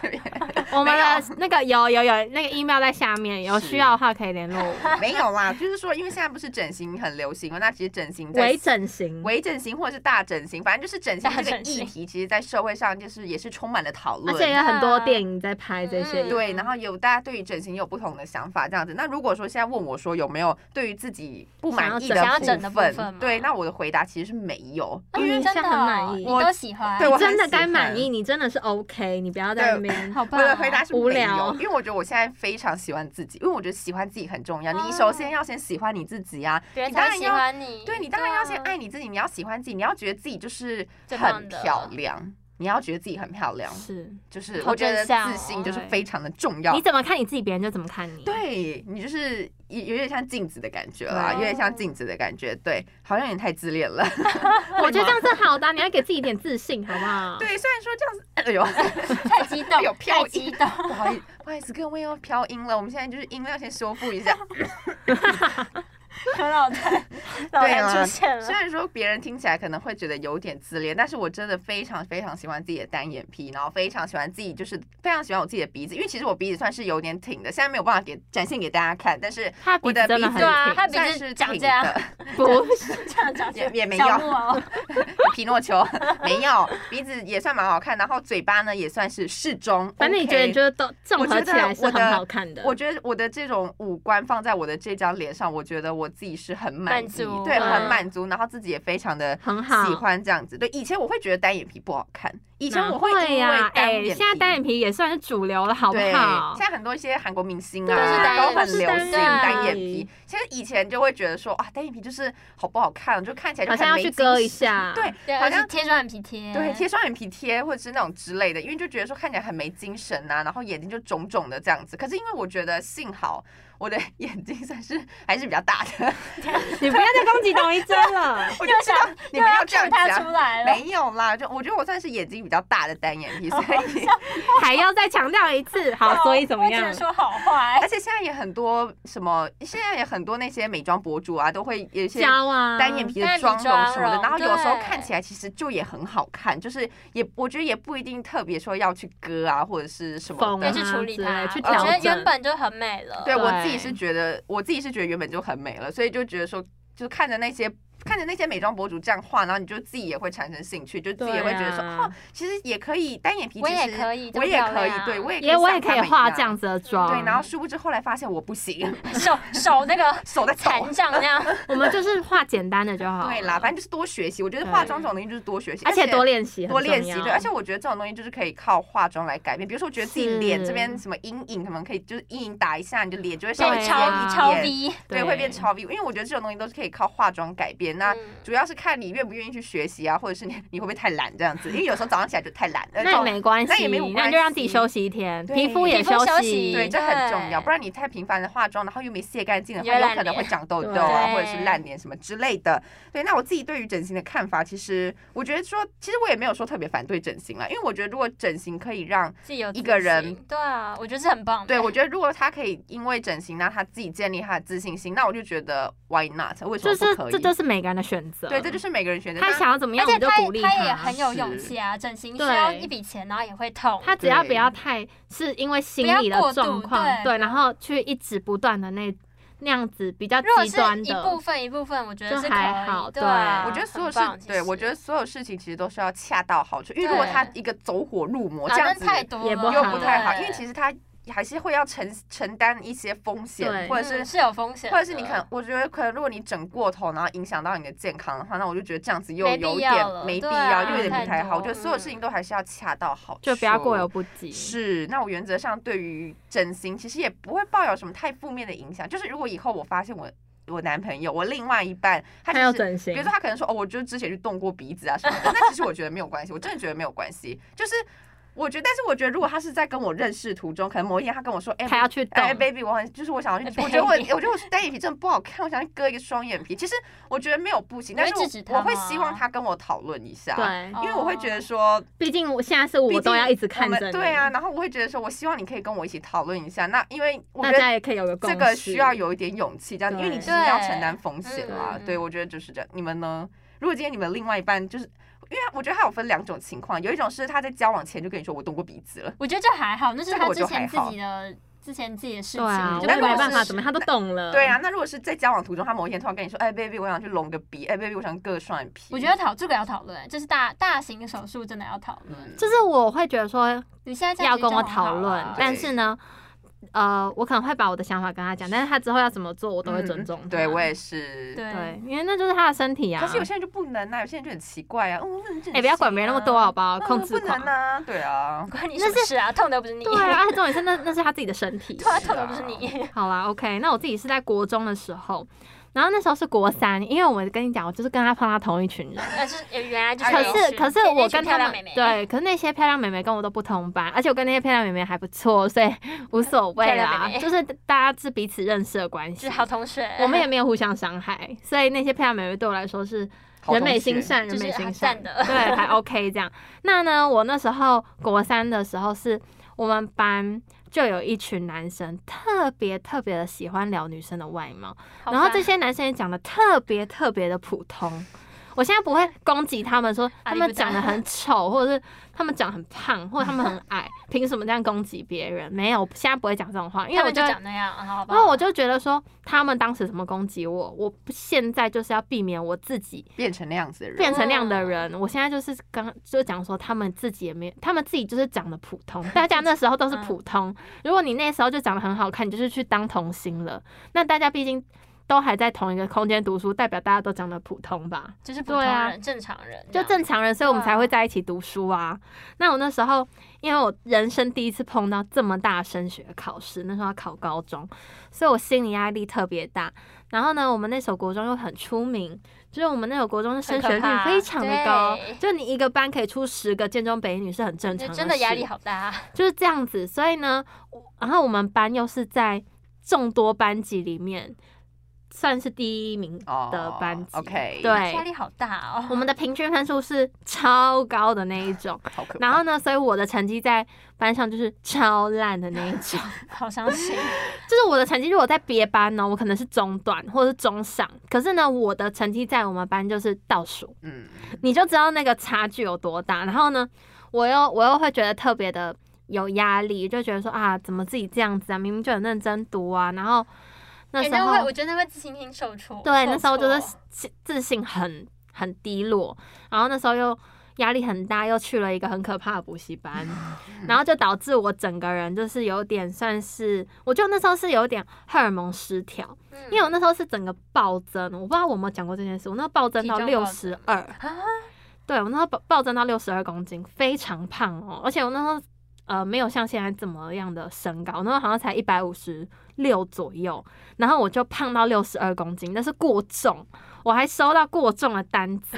S2: 这边
S1: 我们的那个有有有那个 email 在下面，有需要的话可以联络我。
S2: 没有啦，就是说因为现在不是整形很流行嘛，那其实整形在
S1: 微。整形，
S2: 微整形或者是大整形，反正就是整形
S3: 大
S2: 这个
S3: 整
S2: 议
S3: 形
S2: 题，其实，在社会上就是也是充满了讨
S1: 而
S2: 论。
S1: 且有很多电影在拍这些
S3: 啊嗯。
S2: 对，然后有大家对于整形有不同的想法，这样子。那如果说现在问我说有没有对于自己不满意
S1: 想
S3: 要整想要整
S2: 的
S3: 的
S2: 部
S3: 部
S2: 分，
S3: 分吗
S2: 对，那我的回答其实是没有，
S3: 哦
S1: 因为
S3: 你真的
S1: 像很满意
S3: 你
S2: 我
S3: 都喜欢，
S2: 对我
S1: 你
S2: 很
S1: 真的
S2: 喜
S1: 该满
S2: 欢
S1: 意，你真的是 OK，你不要在那边。
S3: 好棒
S2: 我
S3: 哦，
S2: 的回答是
S1: 无
S2: 没有
S1: 聊，
S2: 因为我觉得我现在非常喜欢自己，因为我觉得喜欢自己很重要。你
S3: 哦
S2: 首先要先喜欢你自己啊，
S3: 别人
S2: 你当
S3: 才
S2: 然
S3: 会喜
S2: 要
S3: 欢你，
S2: 对你当然要先
S3: 啊
S2: 爱你自己，你要喜欢自己，你要觉得自己就是
S3: 最
S2: 很
S3: 棒的
S2: 漂亮，你要觉得自己很漂亮，
S1: 是，
S2: 就是
S3: 好
S2: 我觉得
S3: 正向
S2: 自信
S3: 哦
S2: 就是
S3: 对
S2: 非常的重要
S1: 你。怎么看你自己，别人就怎么看你。，
S2: 对你就是有有点像镜子的感觉啦，
S1: 对
S2: 有点
S3: 啊
S2: 像镜子的感觉，对，好像有点太自 恋了。
S1: 我觉得这样是好的啊，你要给自己一点自信，好不好？
S2: 对，虽然说这样子，哎呦，
S3: 太激动，
S2: 有
S3: 太
S2: 飘
S3: 激
S2: 逸
S3: 动，
S2: 不好意思，不好意思，各位要飘音了，我们现在就是音量先修复一下。
S3: 何 老太老
S2: 对
S3: 太
S2: 啊
S3: 出 现了
S2: 虽。然说别人听起来可能会觉得有点自恋，但是我真的非常非常喜欢自己的单眼皮，然后非常喜欢自己，就是非常喜欢我自己的鼻子，因为其实我鼻子算是有点挺的，现在没有办法给展现给大家看，但是
S1: 他的鼻
S2: 我的
S1: 子真的
S2: 鼻
S1: 很
S2: 子
S3: 对啊，
S1: 挺，
S3: 他鼻
S2: 算
S3: 子
S2: 是
S3: 长
S2: 挺
S3: 这样，
S2: 的。
S1: 不是
S3: 这样长这样
S2: 也也没
S3: 小啊
S2: 有
S3: 木 偶，
S2: 皮诺丘 没有，鼻子也算蛮好看，然后嘴巴呢也算是适中。
S1: 反正你觉得
S2: OK
S1: 你觉得都综合起来是很好看的，
S2: 我觉得我的这种五官放在我的这张脸上，我觉得我自己是很满意
S3: 满足
S2: 对，
S1: 嗯
S2: 很满足，然后自己也非常的
S1: 很好。
S2: 喜欢这样子。对，以前我会觉得单眼皮不好看，以前我
S1: 哪
S2: 会因
S1: 呀、
S2: 为单
S1: 哎、
S2: 眼皮，
S1: 现在单眼皮也算是主流了，好不
S2: 对，
S1: 好
S2: 现？在很多一些韩国明星
S1: 对
S3: 啊
S2: 啊，都
S3: 都
S2: 很
S3: 是
S2: 流
S3: 单
S2: 行
S3: 眼皮
S2: 单眼皮。其实以前就会觉得说啊，单眼皮就是好不好看，就看起来就
S1: 好像
S2: 很
S1: 要
S2: 没
S1: 去
S2: 精
S1: 割一
S2: 神，
S1: 下，
S2: 对，
S3: 对，
S2: 好
S3: 而且
S2: 像
S3: 贴双眼皮贴，
S2: 对，贴双眼皮贴或者是那种之类的，因为就觉得说看起来很没精神啊呐、然后眼睛就肿肿的这样子。可是因为我觉得幸好我的 眼睛算是还是比较大的，
S1: 你不要再攻击董一真了。
S2: 我就
S3: 又
S2: 知
S3: 想
S2: 道你
S3: 又
S2: 们
S3: 要
S2: 要这样
S3: 吐啊他出
S2: 讲。
S3: 来了，
S2: 没有啦，就我觉得我算是眼睛比较大的单眼
S3: 哦
S2: 皮，所以
S1: 还要再强调一次，好，所以怎么
S3: 我
S1: 样
S3: 只？能说好 话，
S2: 而且现在也很多什么，现在也很多那些美妆博主啊，都会有一些
S1: 胶啊，
S2: 单眼皮的
S3: 单眼
S2: 妆容
S3: 皮
S2: 什么
S3: 妆
S2: 的，
S3: 容
S2: 然后有时候
S3: 对
S2: 看起来其实就也很好看，就是也我觉得也不一定特别说要去割啊或者是什么
S1: 缝
S2: 的
S3: 要去处理它，
S1: 对啊去
S3: 我觉
S2: 调
S3: 得
S2: 整
S3: 原本就很美了，
S2: 对我自己
S1: 对
S2: 是觉得，我自己是觉得原本就很美了，所以就觉得说，就看着那些看着那些美妆博主这样画，然后你就自己也会产生兴趣，就自己也会觉得说，
S1: 对啊
S2: 哦，其实也可以单眼皮，
S3: 我也
S2: 其实
S3: 可以这
S2: 我
S3: 么
S2: 也
S3: 漂
S2: 可以，
S3: 亮
S2: 对我也可以
S1: 也
S2: 像
S1: 啊我也可
S2: 他
S1: 以
S2: 们一
S1: 画
S2: 样
S1: 这样子的嗯妆，
S2: 对，然后殊不知后来发现我不行，
S3: 手手那个
S2: 手在抖。
S3: 残障那 样，
S1: 我们就是画简单的就好。
S2: 对啦，反正就是多学习，我觉得化妆这种东西就是多学习，
S1: 而且多练习，
S2: 多练习，对，而
S1: 且
S2: 且我觉得这种东西就是可以靠化妆来改变。比如说，我觉得自己
S1: 是
S2: 脸这边什么阴影，可能可以就是阴影打一下，你的脸就会稍微
S1: 对
S3: 超
S1: 啊
S2: 一
S3: 超
S2: 点
S3: V，
S2: 对，会变超 V，因为我觉得这种东西都是可以靠化妆改变。那
S3: 嗯
S2: 主要是看你愿不愿意去学习啊，或者是你你会不会太懒这样子，因为有时候早上起来就太懒，呃
S1: 那也
S2: 早
S1: 没关系，
S2: 那也没有关
S1: 那
S2: 系
S1: 你就让自己休息一天，
S2: 对
S1: 皮肤也
S3: 皮肤休息
S1: 息。
S2: 对，这很重要，
S3: 对
S2: 不然你太频繁的化妆，然后又没卸干净的
S3: 也
S2: 话，
S3: 会
S2: 有
S3: 烂
S2: 可能会
S3: 脸
S2: 长痘痘啊，
S3: 对
S2: 或者是烂脸什么之类的。对，那我自己对于整形的看法，其实我觉得说，其实我也没有说特别反对整形了，因为我觉得如果整形可以让，
S3: 自己有自
S2: 一个人
S3: 信，对啊，我觉得是很棒的。
S2: 对我觉得如果他可以因为整形让他自己建立他的自信心，那我就觉得 why not？为什
S1: 就
S2: 么
S1: 是
S2: 不可以？
S1: 这就是每个人的选择。
S2: 对，这就是每个人选择。
S1: 他
S2: 那
S1: 想要怎么样，我
S3: 而
S1: 们
S3: 且
S1: 就
S3: 他
S1: 鼓励
S3: 也
S1: 他
S3: 很有
S2: 是
S3: 勇气啊，整形需
S1: 对
S3: 要一笔钱，然后也会痛。
S1: 他只要
S2: 对
S1: 不要太是因为心理
S3: 不要
S1: 的
S3: 过度
S1: 状况，
S3: 对
S1: 对，然后去一直不断的那那样子比较
S3: 如果
S1: 极
S3: 是
S1: 端
S3: 一部
S1: 的，
S3: 分一部分，我觉得
S1: 就是还
S3: 可以
S1: 好
S3: 对啊，
S1: 对
S2: 我觉得所有
S3: 很
S2: 事
S3: 棒，其
S2: 对我
S3: 实
S2: 觉得所有事情其实都是要恰到好处，因为如果
S3: 对
S2: 他一个走火入魔
S3: 反
S2: 这样
S3: 正
S2: 子，
S3: 啊太多
S1: 也
S3: 了
S1: 不
S2: 又
S1: 好
S2: 不太好，因为
S3: 对
S2: 其实他还是会要承承担一些风险，
S1: 对
S2: 或者是。
S3: 嗯是有风险的，
S2: 或者是你可能，我觉得可能，如果你整过头，然后影响到你的健康的话，那我就觉得这样子又
S3: 没必
S2: 有
S3: 要
S2: 点
S3: 了
S2: 没必
S3: 对
S2: 要，又
S3: 啊
S2: 有点不太好。
S3: 太多嗯
S2: 我觉得所有事情都还是要恰到好处，
S1: 就不要过犹不及。
S2: 是，那我原则上对于整形其实也不会抱有什么太负面的影响。就是如果以后我发现我我男朋友，我另外一半，他
S1: 他要
S2: 就是
S1: 整形
S2: 比如说他可能说哦，我就之前去动过鼻子啊什么的，那其实我觉得没有关系，我真的觉得没有关系。就是我觉得，但是我觉得如果他是在跟我认识途中，可能某一天他跟我说，哎、
S1: 他要去动
S2: 哎、b a b y 我很就是我想要去，
S3: 哎
S2: 我觉得我
S3: baby
S2: 我觉得我单眼皮真的不好看，我想去割一个双眼皮。其实我觉得没有不行，
S3: 你
S2: 但
S3: 会
S2: 是我
S3: 制止他
S2: 我会
S3: 吗
S2: 希望他跟我讨论一下，，
S1: 对，
S2: 因为我会觉得说。
S1: 毕竟我现在是我
S2: 啊哦毕竟
S1: 都要一直看
S2: 们
S1: 着你，
S2: 对啊，，然后我会觉得说，我希望你可以跟我一起讨论一下。那因为我
S1: 大
S2: 觉得
S1: 家也可以有个共
S2: 这
S1: 识。
S2: 个需要有一点勇气，这样，因
S1: 对
S2: 为你其实要承担风险啦
S3: 对。嗯
S2: 对，我觉得就是这样。你们呢？如果今天你们另外一半就是。因为我觉得他有分两种情况，有一种是他在交往前就跟你说我动过鼻子
S1: 嗯
S2: 了，
S3: 我觉得这还好，那是
S2: 这个
S3: 他
S2: 我
S3: 之
S2: 就还
S3: 前自
S2: 好
S3: 己的之前自己的事
S1: 对
S3: 情，
S1: 啊，我也
S3: 就
S2: 那
S3: 不
S2: 如果
S1: 没办
S2: 是
S1: 法，怎么他都懂了。
S2: 对啊，，那如果是在交往途中，他某一天突然跟你说，哎，baby，我想去隆个鼻，哎，baby，我想割双眼皮，
S3: 我觉得讨这个要讨论，这是大大型手术真的要讨论。
S2: 嗯
S1: 就是我会觉得说
S3: 你现在这样
S1: 要
S3: 其
S1: 跟
S3: 实
S1: 我
S3: 就很好
S1: 讨论
S3: 啊，
S1: 但是呢，呃，我可能会把我的想法跟他讲，但是他之后要怎么做，我都会尊重他。
S2: 嗯对我也是。
S3: 对
S1: 对，因为那就是他的身体啊。
S2: 可是有些人就不能啊，有些人就很奇怪啊，嗯，
S1: 哎、不要管别人那么多好不好？
S2: 啊那
S1: 控制
S2: 嗯不能
S1: 狂。
S2: 啊，对啊，
S3: 关你什么事啊？痛的又不是你，
S1: 对 啊，而且重点是那那是他自己的身体。
S3: 对啊， 痛的又不是 你，
S1: 好啦，OK，那我自己是在国中的时候，然后那时候是国三，因为我跟你讲，我就是跟他碰到同一群人。
S3: 但呃是原来就是
S2: 哎
S1: 可
S2: 呦
S1: 是可是我跟他
S3: 漂
S1: 们
S3: 亮妹妹，
S1: 对，可是那些漂亮妹妹跟我都不同班，而且我跟那些漂亮妹妹还不错，所以无所谓
S3: 漂亮
S1: 啦，
S3: 妹妹
S1: 就是大家是彼此认识的关
S3: 是
S1: 系。
S3: 好同学，
S1: 我们也没有互相伤害，所以那些漂亮妹妹对我来说是
S2: 好
S1: 人
S2: 同
S1: 美
S2: 学
S1: 心善，
S3: 就
S1: 人
S3: 是
S1: 美心
S3: 很
S1: 善
S3: 赞的，
S1: 对，还 OK 这样。 那呢，我那时候国三的时候是。我们班就有一群男生特别特别的喜欢聊女生的外貌，
S3: 好
S1: 然后
S3: 吧
S1: 这些男生也讲的特别特别的普通。我现在不会攻击他们说
S3: 阿
S1: 他
S3: 里
S1: 们
S3: 不达
S1: 长得很丑， 或者是他们长得很胖，或者他们很 矮，凭什么这样攻击别人？没有，现在不会讲这种话，因
S3: 他
S1: 为我
S3: 们
S1: 就
S3: 就长那样，啊好吧？
S1: 因为我就觉得说他们当时怎么攻击我，我现在就是要避免我自己
S2: 变成那样子的人，
S1: 变成那样的人，我现在就是刚就讲说，他们自己也没，他们自己就是长得普通，大家那时候都是普通。如果你那时候就长得很好看，你就是去当童星了。那大家毕竟都还在同一个空间读书，代表大家都长得普通吧，
S3: 就是普通
S1: 对啊
S3: 人、正常人这
S1: 就
S3: 样，
S1: 正常人，所以我们
S3: 对啊
S1: 才会在一起读书啊。那我那时候，因为我人生第一次碰到这么大的升学考试，那时候要考高中，所以我心理压力特别大。然后呢，我们那所国中又很出名，就是我们那所国中的升学
S3: 很可
S1: 率
S3: 怕
S1: 非常的高
S3: 对，
S1: 就你一个班可以出十个建中北一女是很正常
S3: 就
S1: 的，
S3: 真的压力，好大啊，
S1: 就是这样子。所以呢，我然后我们班又是在众多班级里面算是第一名
S2: 哦
S1: 的班级、
S2: OK
S1: 对，
S3: 压力好大哦。
S1: 我们的平均分数是超高的那一种，
S2: 好可怕。
S1: 然后呢，所以我的成绩在班上就是超烂的那一 种，
S3: 好伤心，
S1: 就是我的成绩如果在别班呢，我可能是中段或者是中上，可是呢，我的成绩在我们班就是倒数，
S2: 嗯，
S1: 你就知道那个差距有多大。然后呢，我又我又会觉得特别的有压力，就觉得说啊，怎么自己这样子啊，明明就很认真读啊，然后 那
S3: 哎
S1: 时
S3: 那
S1: 候、
S3: 会我觉得那会自信心受挫。
S1: 对，
S3: 受
S1: 那时候就是
S3: 挫
S1: 自自信很很低落，然后那时候又压力很大，又去了一个很可怕的补习 班，然后就导致我整个人就是有点算是，我觉得那时候是有点荷尔蒙失调，
S3: 嗯
S1: 因为我那时候是整个暴增，我不知道我有没有讲过这件事，我那时候暴增到
S3: 体重
S1: 六
S3: 暴
S1: 十
S3: 增
S1: 二，
S3: 啊，
S1: 对我那时候暴暴增到六十二公斤，非常胖哦，而且我那时候。呃，没有像现在怎么样的身高，我那时候好像才一百五十六左右，然后我就胖到六十二公斤，那是过重。我还收到过重的单 子。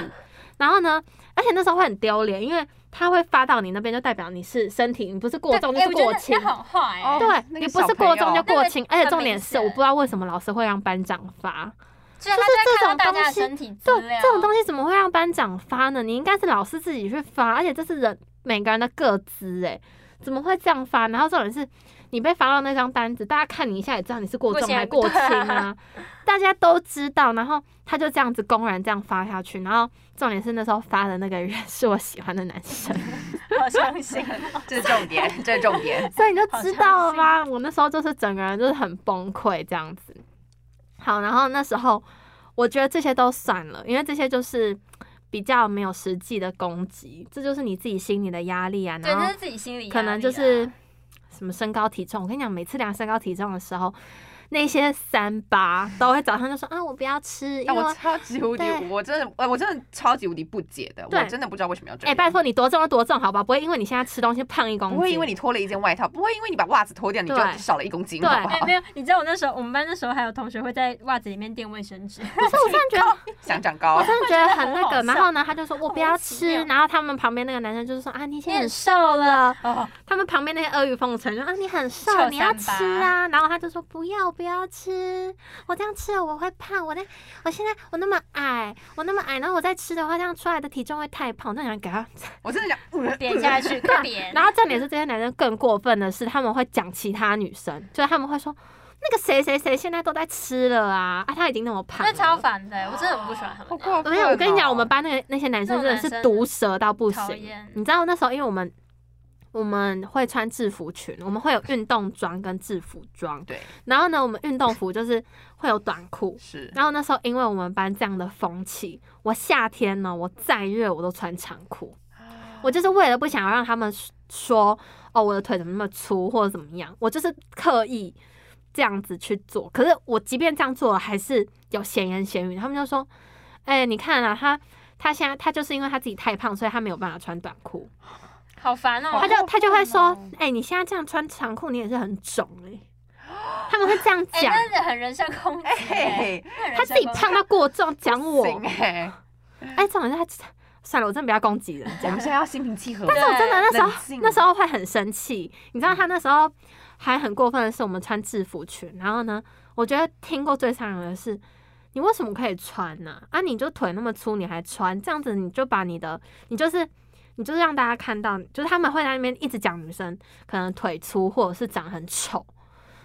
S1: 然后呢，而且那时候会很丢脸，因为他会发到你那边，就代表你是身体，你不是过重就
S3: 哎
S1: 是
S3: 我觉得
S1: 过
S3: 那
S1: 轻。
S3: 那很坏哎、
S2: 哦
S1: 对，
S2: 那个
S1: 你
S2: 小
S1: 不是过重
S2: 朋友
S1: 就过轻，
S3: 那个
S1: 而且重点是，
S3: 很明显
S1: 我不知道为什么老师会让班长发。
S3: 就是他在看到大家
S1: 就是
S3: 的
S1: 这
S3: 身体资
S1: 对，
S3: 料，
S1: 这种东西怎么会让班长发呢？你应该是老师自己去发，而且这是人每个人的个资哎，怎么会这样发？然后重点是你被发到那张单子，大家看你一下也知道你是过
S3: 不
S1: 重
S3: 行
S1: 还过轻 啊，大家都知道。然后他就这样子公然这样发下去，然后重点是那时候发的那个人 是我喜欢的男生，
S3: 好伤心。哦
S2: 这是重点，这是重点。
S1: 所以你就知道了吧？我那时候就是整个人就是很崩溃这样子。好，然后那时候我觉得这些都算了，因为这些就是比较没有实际的攻击，这就是你自己心里的压力啊。
S3: 对，
S1: 然
S3: 那
S1: 后
S3: 是自己心里压力啊
S1: 可能就是什么身高体重，我跟你讲，每次量身高体重的时候，那些三八都会早上就说啊，我不要吃，因
S2: 但
S1: 为
S2: 我
S1: 我。
S2: 超级无敌
S1: 对，
S2: 我真的，哎我真的超级无敌不解的，
S1: 对
S2: 我真的不知道为什么要这
S1: 哎、
S2: 样。
S1: 拜托你多重就多重，好吧，不会因为你现在吃东西胖一公斤，
S2: 不会因为你脱了一件外套，不会因为你把袜子脱掉你就
S1: 对
S2: 少了一公斤，
S1: 对
S2: 好不
S3: 哎、
S2: 好
S3: 没？有，你知道我那时候，我们班那时候还有同学会在袜子里面垫卫生 纸，
S1: 不是我真的觉得
S2: 想长高啊
S1: 我，真的觉得很那个。
S3: 我觉得很好笑
S1: 然后呢，他就说我不要
S3: 莫名其
S1: 吃
S3: 妙。嗯
S1: 然后他们旁边那个男生就是说啊，你现在很瘦了。
S3: 哦，
S1: 他们旁边那些阿谀奉承说啊，你很瘦
S3: 臭，
S1: 你要
S3: 三八
S1: 吃啊。然后他就说不要，我不要吃，我这样吃了我会胖。我那我现在我那么矮，我那么矮，然后我再吃的话，这样出来的体重会太胖。那想给 他。
S2: 我真的想
S3: 扁 下去，快扁！
S1: 然后重点是这些男生更过分的是，他们会讲其他女生，就是他们会说那个谁谁谁现在都在吃了啊，啊他已经那么胖了。
S3: 那超烦的、欸我真的很不喜欢他
S2: 好
S3: 们那
S2: 过
S3: 样，
S2: 分
S1: 没有，我跟你讲，
S2: 哦
S1: 我们班那个那些男生真的
S3: 那
S1: 是
S3: 种男生
S1: 毒舌到不
S3: 讨
S1: 行。
S3: 厌。
S1: 你知道那时候，因为我们我们会穿制服裙，我们会有运动装跟制服装。
S2: 哦对。
S1: 然后呢，我们运动服就是会有短裤。
S2: 是
S1: 然后那时候，因为我们班这样的风气，我夏天呢，我再热我都穿长裤。我就是为了不想要让他们说哦，我的腿怎么那么粗或者怎么样，我就是刻意这样子去做。可是我即便这样做了，还是有闲言闲语。他们就说：“哎、你看啊，他他现在他就是因为他自己太胖，所以他没有办法穿短裤。
S3: 好烦哦、
S1: 他就
S2: 好过分哦
S1: 他就会说：“哎、你现在这样穿长裤，你也是很肿哎、他们会这样
S3: 哎、
S1: 讲，哎
S3: 那是很人身攻击、欸，
S2: 嘿，
S3: 那很人身攻击
S1: 他自己胖到过重，讲我
S2: 行哎，
S1: 哎，重点是他算了，我真的不要攻击人家。”
S2: 我们现在要心平气和。
S3: 但是我
S1: 真的那时
S2: 冷
S1: 候
S2: 静哦
S1: 那时候会很生气，你知道他那时候还很过分的是，我们穿制服裙，然后呢，我觉得听过最伤人的是，你为什么可以穿呢、啊？你就腿那么粗，你还穿这样子，你就把你的你就是。你就是让大家看到，就是他们会在那边一直讲女生可能腿粗或者是长很丑，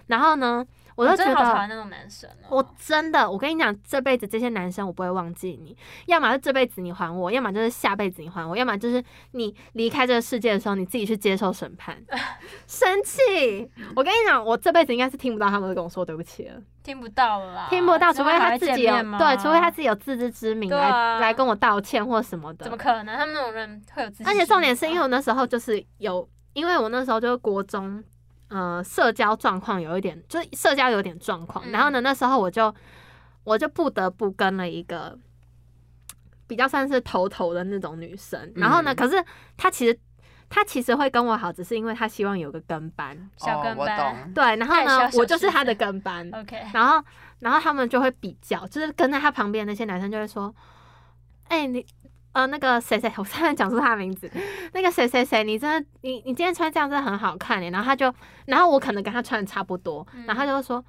S1: 然后呢，我就觉
S3: 真的好讨
S1: 得
S3: 厌那种男生哦、
S1: 我真的，我跟你讲，这辈子这些男生我不会忘记你，要么是这辈子你还我，要么就是下辈子你还我，要么就是你离开这个世界的时候你自己去接受审 判。生气！
S3: 嗯
S1: 我跟你讲，我这辈子应该是听不到他们会跟我说对不起了，
S3: 听不到了啦，
S1: 听不到，
S3: 哦之
S1: 除
S3: 后
S1: 非
S3: 还
S1: 他
S3: 会
S1: 自己
S3: 见
S1: 有
S3: 面吗
S1: 对，除非他自己有自知之明
S3: 对
S1: 来、
S3: 啊
S1: 来跟我道歉或什么的。
S3: 怎么可能？他们那种人会有自己。哦
S1: 而且重点是
S3: 嗯
S1: 因为我那时候就是有，因为我那时候就是国中，呃，社交状况有一点，就是社交有点状况。
S3: 嗯
S1: 然后呢，那时候我就我就不得不跟了一个比较算是头头的那种女生。然后呢，
S2: 嗯
S1: 可是她其实她其实会跟我好，只是因为她希望有个跟班。
S3: 小跟
S2: 哦我
S3: 班、
S2: 懂，
S1: 对，然后
S3: 她也需要
S1: 呢
S3: 小，
S1: 我就是
S3: 师
S1: 她的
S3: 生
S1: 跟班。
S3: o k
S1: 然后，然后他们就会比较，就是跟在他旁边的那些男生就会说：“哎、你呃那个谁谁，我差点讲出他的名字，那个谁谁谁，你真的你你今天穿这样真的很好看欸耶。”然后他就，然后我可能跟他穿的差不多，
S3: 嗯
S1: 然后他就会说：“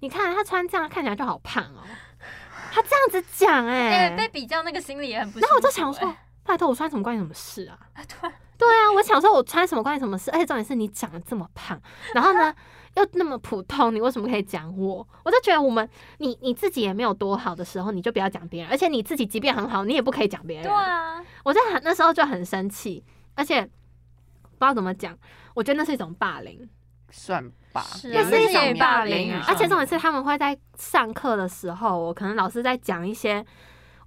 S1: 你看他穿这样看起来就好胖哦。”他这样子讲哎、
S3: 哎、被比较那个心理也很不舒服、欸
S1: 然后我就想说，拜托我穿什么关你什么事啊？
S3: 哎，突然
S1: 对啊，我想说我穿什么关你什么事？而且重点是你长得这么胖，然后呢 又那么普通，你为什么可以讲我？我就觉得我们你你自己也没有多好的时候，你就不要讲别人，而且你自己即便很好，你也不可以讲别人。
S3: 对啊，
S1: 我就很那时候就很生气，而且不知道怎么讲，我觉得那是一种霸凌，
S2: 算吧，
S3: 是
S1: 那
S3: 啊
S1: 是一
S3: 言
S1: 种
S3: 语
S1: 霸
S3: 霸凌
S1: 凌
S3: 啊。
S1: 而且重点是他们会在上课的时候，我可能老师在讲一些。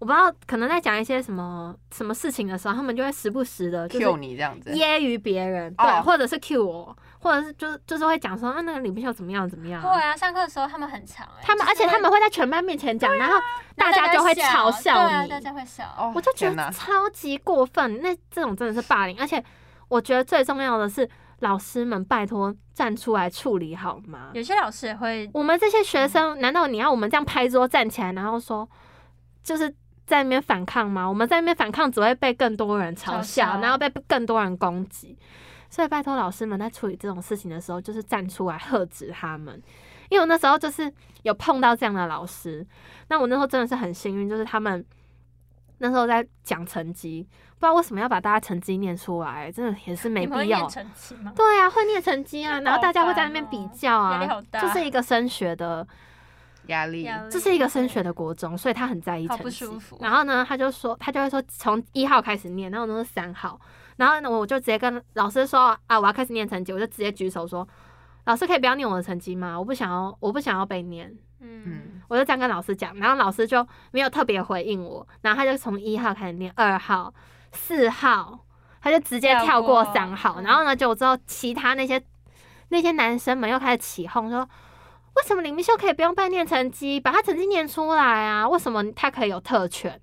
S1: 我不知道，可能在讲一些什么什么事情的时候，他们就会时不时的就是
S2: Q 你这样子，
S1: 揶揄别人，对，
S2: 哦
S1: 或者是 cue 我，或者是就是就是会讲说啊，那个李冰秀怎么样怎么样。
S3: 对啊，上课的时候他们很强、哎，
S1: 他们，
S3: 就
S1: 而
S3: 是
S1: 且他
S3: 会啊
S1: 们会在全班面前讲，然后大
S3: 然后
S1: 家就会
S3: 笑
S1: 嘲
S3: 对
S1: 笑
S3: 啊，
S1: 你
S3: 大，家会笑。
S2: 哦，
S1: 我就觉
S2: 天
S1: 得
S2: 哪
S1: 超级过分。那这种真的是霸凌，而且我觉得最重要的是，老师们拜托站出来处理好吗？
S3: 有些老师也会
S1: 我们这些学生，难道你要我们这样拍桌站起来，然后说？就是在那边反抗吗？我们在那边反抗只会被更多人嘲
S3: 嘲
S1: 笑，
S3: 笑
S1: 然后被更多人攻击。所以拜托老师们在处理这种事情的时候，就是站出来喝止他们。因为我那时候就是有碰到这样的老师，那我那时候真的是很幸运，就是他们那时候在讲成绩，不知道为什么要把大家成绩念出来，真的也是没
S3: 你们会
S1: 必
S3: 念
S1: 要。
S3: 成绩吗？
S1: 对啊，会念成绩啊，然后大家会在那边比较
S3: 压力好
S1: 啊，
S3: 大
S1: 就是一个升学的，
S2: 压力，
S3: 压力
S1: 嗯这是一个升学的国中，所以他很在意成
S3: 好
S1: 绩。
S3: 不舒服
S1: 然后呢，他就说，他就会说从一号开始念，然后呢是三号，然后呢我就直接跟老师说啊，我要开始念成绩，我就直接举手说，老师可以不要念我的成绩吗？我不想要，我不想要被念。
S3: 嗯
S2: 嗯，
S1: 我就这样跟老师讲，然后老师就没有特别回应我，然后他就从一号开始念二号、四号，他就直接跳过
S3: 跳过
S1: 三号，
S3: 嗯
S1: 然后呢，就之后其他那些那些男生们又开始起哄说。为什么李明秀可以不用背念成绩，把他成绩念出来啊？为什么他可以有特权？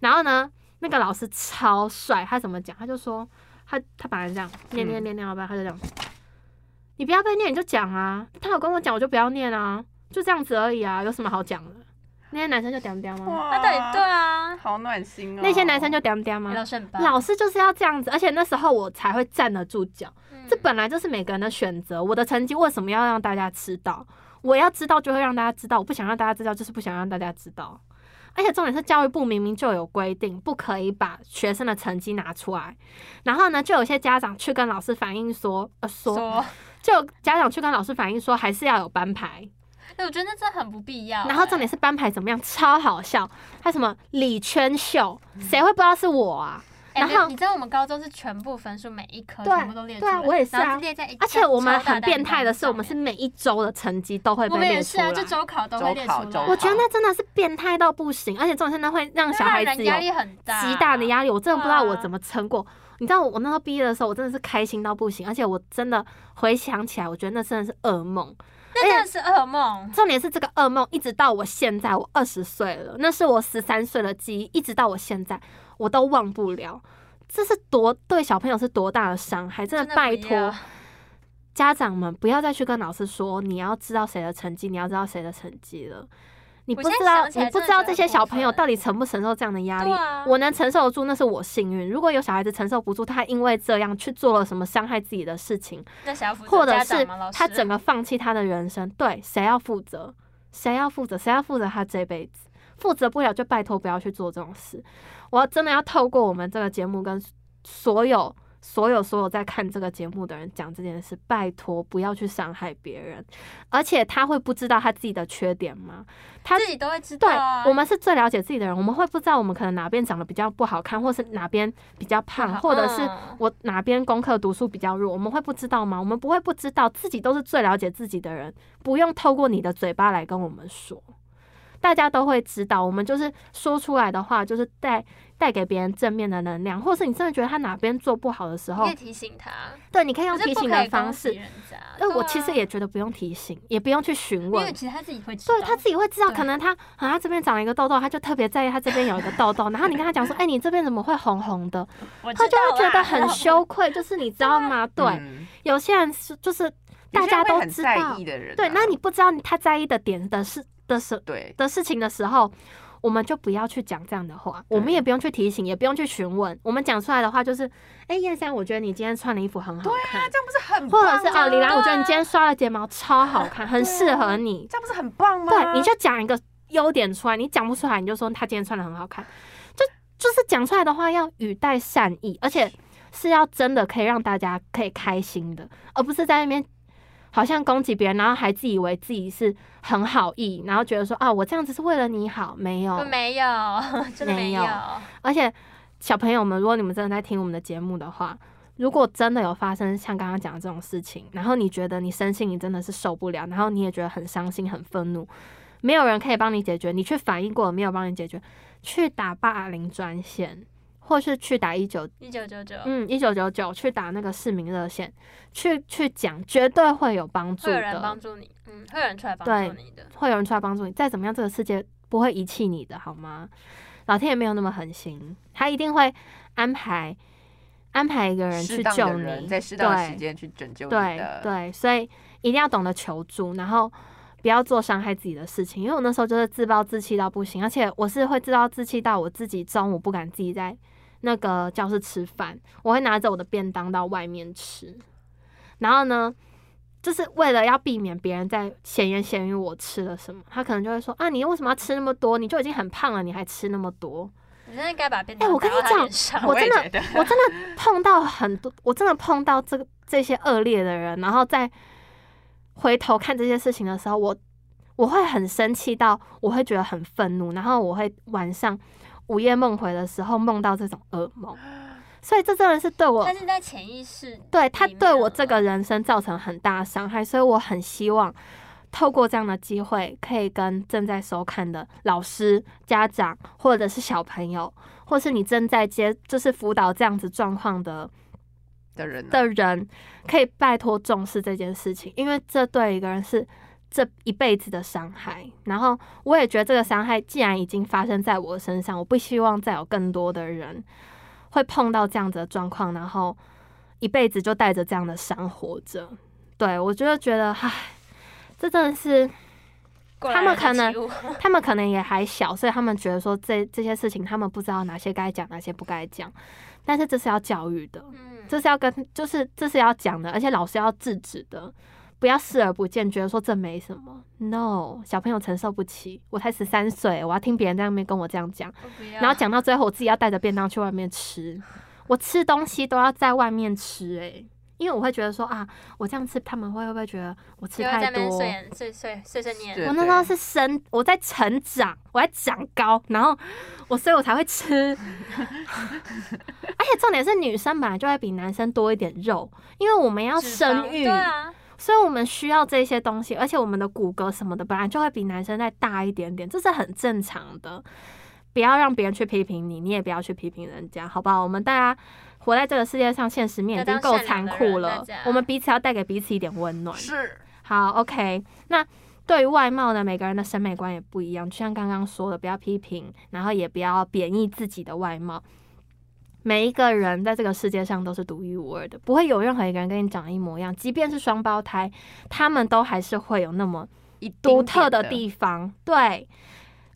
S1: 然后呢，那个老师超帅，他怎么讲？他就说他他本来这样念念念念到半，他就这样，你不要被念你就讲啊。他有跟我讲，我就不要念啊，就这样子而已啊，有什么好讲的？那些男生就屌屌吗？
S2: 哇
S3: 那到底对啊，
S2: 好暖心哦。
S1: 那些男生就屌屌吗
S3: 哎？老师很棒，
S1: 哦老师就是要这样子，而且那时候我才会站得住脚。
S3: 嗯
S1: 这本来就是每个人的选择。我的成绩为什么要让大家知道？我要知道就会让大家知道，我不想让大家知道，就是不想让大家知道。而且重点是，教育部明明就有规定，不可以把学生的成绩拿出来。然后呢，就有些家长去跟老师反映说，呃，说，
S3: 说，
S1: 就有家长去跟老师反映说，还是要有班牌。
S3: 哎，我觉得那真的很不必要。
S1: 然后重点是班牌怎么样，超好笑。他什么李圈秀，
S3: 嗯
S1: 谁会不知道是我啊？
S3: 哎，
S1: 然后
S3: 你知道我们高中是全部分数每一科
S1: 对
S3: 全部都列出
S1: 对啊
S3: 来
S1: 我也是啊
S3: 然后列在一张
S1: 而且我们
S3: 超大
S1: 很
S3: 的
S1: 变态的是，
S3: 单
S1: 我们是每一周的成绩都会被
S3: 上面我们
S1: 列
S3: 也
S1: 出
S3: 是
S1: 来。
S3: 啊，就周考都会列出
S2: 周考周
S3: 来，
S1: 我
S2: 考
S1: 觉得那真的是变态到不行，而且重点是那会让小孩
S3: 那让
S1: 子
S3: 人
S1: 有
S3: 压力很大，
S1: 极大的压力，我真的不知道
S3: 对啊
S1: 我怎么撑过。你知道我那时候毕业的时候，我真的是开心到不行，而且我真的回想起来，我觉得那真的是噩梦。
S3: 那真的是噩梦。
S1: 重点是这个噩梦一直到我现在，我二十岁了，那是我十三岁的记忆，一直到我现在我都忘不了。这是多对小朋友是多大的伤害，真
S3: 真
S1: 的
S3: 的
S1: 拜
S3: 不要
S1: 托家长们不要再去跟老师说你要知道谁的成绩，你要知道谁的成绩了。你不
S3: 我现在
S1: 知道
S3: 想，起
S1: 你
S3: 来
S1: 不
S3: 真的
S1: 知道
S3: 觉得
S1: 这些
S3: 很
S1: 小
S3: 过
S1: 朋友
S3: 分
S1: 到底承不承受这样的压力
S3: 对。啊，
S1: 我能承受得住，那是我幸运。如果有小孩子承受不住，他因为这样去做了什么伤害自己的事情，
S3: 那谁要负责
S1: 或者
S3: 家长
S1: 是
S3: 吗老师
S1: 他整个放弃他的人生，对，谁要负责？谁要负责？谁要负责他这辈子？负责不了就拜托不要去做这种事。我真的要透过我们这个节目跟所有、所有、所有在看这个节目的人讲这件事，拜托不要去伤害别人。而且他会不知道他自己的缺点吗？他
S3: 自己都会知道
S1: 对
S3: 啊。，
S1: 我们是最了解自己的人，我们会不知道我们可能哪边长得比较不好看，或是哪边比较胖，
S3: 好
S1: 或者是
S3: 嗯
S1: 我哪边功课读书比较弱，我们会不知道吗？我们不会不知道，自己都是最了解自己的人，不用透过你的嘴巴来跟我们说，大家都会知道。我们就是说出来的话，就是带带给别人正面的能量，或是你真的觉得他哪边做不好的时
S3: 你
S1: 候
S3: 可以，提醒他，
S1: 对，你可以用
S3: 可
S1: 哦
S3: 是
S1: 提
S3: 不
S1: 醒
S3: 可
S1: 的
S3: 以
S1: 方
S3: 攻
S1: 式
S3: 击。人家。
S1: 那我
S3: 对啊
S1: 其实也觉得不用提醒，也不用去询
S3: 因
S1: 问
S3: 为，其实他自己会知道，
S1: 对他自己会知道，
S3: 对
S1: 可能他啊，他这边长了一个痘痘，他就特别在意他这边有一个痘痘，然后你跟他讲说，哎、你这边怎么会红红的？
S3: 我知
S1: 他就
S3: 道啊
S1: 会觉得
S3: 啦
S1: 很羞愧，就是你知道吗？对，
S2: 嗯
S1: 有些人是就是大
S2: 有些
S1: 家
S2: 人会
S1: 都
S2: 很
S1: 知
S2: 在
S1: 道
S2: 意，的人啊，
S1: 对，那你不知道他在意的点的事的事
S2: 对
S1: 的事情的时候。我们就不要去讲这样的话，我们
S2: 对
S1: 也不用去提醒，也不用去询问。我们讲出来的话就是：哎、燕山，我觉得你今天穿的衣服很好看，
S2: 这样不是啊很
S1: 或
S2: 棒
S1: 者
S2: 吗？
S1: 是哦，李兰，我觉得你今天刷的睫毛超好看，很适合
S2: 啊
S1: 你。
S2: 这样不是很棒吗？
S1: 对，你就讲一个优点出来，你讲不出来，你就说他今天穿的很好看，就就是讲出来的话要语带善意，而且是要真的可以让大家可以开心的，而不是在那边好像攻击别人，然后还自以为自己是很好意，然后觉得说啊我这样子是为了你好，没有
S3: 我，没有， 真的
S1: 哦没
S3: 没
S1: 有而且小朋友们，如果你们真的在听我们的节目的话。如果真的有发生像刚刚讲的这种事情，然后你觉得你身心你真的是受不了，然后你也觉得很伤心、很愤怒，没有人可以帮你解决，你去反应过了没有帮你解决，去打霸凌专线，或是去打一九
S3: 一九九九
S1: 嗯一九九九去打那个市民热线，去去讲，绝对会有帮助
S3: 会有
S1: 的，
S3: 人帮助你，嗯，会有人出来帮
S1: 对
S3: 助你的。
S1: 会有人出来帮助你。再怎么样，这个世界不会遗弃你的，好吗？老天也没有那么狠心，他一定会安排安排一个人去
S2: 适当
S1: 救
S2: 的
S1: 你，
S2: 人在适当的
S1: 对
S2: 时间去拯救你
S1: 对
S2: 的。
S1: 对，所以一定要懂得求助，然后不要做伤害自己的事情，因为我那时候就是自暴自弃到不行，而且我是会自暴自弃到我自己中午不敢自己在那个教室吃饭，我会拿着我的便当到外面吃，然后呢，就是为了要避免别人在闲言闲语我吃了什么，他可能就会说啊，你为什么要吃那么多？你就已经很胖了，你还吃那么多？
S3: 你真的该把便
S1: 哎
S3: 当
S1: 我跟
S3: 打到
S1: 你
S3: 他
S1: 讲
S3: 脸上
S1: 我
S2: 也
S1: 真的
S2: 觉得
S1: 我真的碰到很多，我真的碰到这个这些恶劣的人，然后再回头看这些事情的时候，我我会很生气到，我会觉得很愤怒，然后我会晚上午夜梦回的时候梦到这种噩梦，所以这真的是对我
S3: 但是在潜意识，
S1: 对他
S3: 里面啊
S1: 对我
S3: 了
S1: 这个人生造成很大的伤害，所以我很希望透过这样的机会，可以跟正在收看的老师、家长，或者是小朋友，或是你正在接就是辅导这样子状况的
S2: 的人啊呢，
S1: 的人，可以拜托重视这件事情，因为这对一个人是。这一辈子的伤害，然后我也觉得这个伤害既然已经发生在我身上，我不希望再有更多的人会碰到这样子的状况，然后一辈子就带着这样的伤活着。对我就觉得，唉，这真的是
S3: 过
S1: 他
S3: 来
S1: 们
S3: 人
S1: 可
S3: 的
S1: 能
S3: 体悟
S1: 他们可能也还小，所以他们觉得说这这些事情他们不知道哪些该讲，哪些不该讲。但是这是要教育的，
S3: 嗯，
S1: 这是要跟就是这是要讲的，而且老师要制止的，不要视而不见，觉得说这没什么。No，小朋友承受不起，我才十三岁，我要听别人在那边跟我这样讲。
S3: 我不要
S1: 然后讲到最后，我自己要带着便当去外面吃，我吃东西都要在外面吃、欸，因为我会觉得说啊，我这样吃他们会不会觉得我吃
S3: 就会在
S1: 太
S3: 那
S1: 多
S3: 边？碎眼碎碎碎碎念，
S2: 对
S1: 我那时候是生，我在成长，我在长高，然后我所以我才会 吃，而且重点是女生本来就会比男生多一点肉，因为我们要
S3: 脂肪
S1: 生育，
S3: 对啊，
S1: 所以我们需要这些东西，而且我们的骨骼什么的本来就会比男生再大一点点，这是很正常的。不要让别人去批评你，你也不要去批评人家，好不好？我们大家活在这个世界上，现实面已
S3: 要
S1: 经
S3: 当
S1: 够
S3: 善
S1: 残
S3: 良的
S1: 酷
S3: 人
S1: 了
S3: 大家，
S1: 我们彼此要带给彼此一点温暖。
S2: 是
S1: 好，OK。那对于外貌呢，每个人的审美观也不一样，就像刚刚说的，不要批评，然后也不要贬义自己的外貌。每一个人在这个世界上都是独一无二的，不会有任何一个人跟你长得一模一样。即便是双胞胎，他们都还是会有那么
S2: 一
S1: 独特
S2: 的
S1: 的地方。对，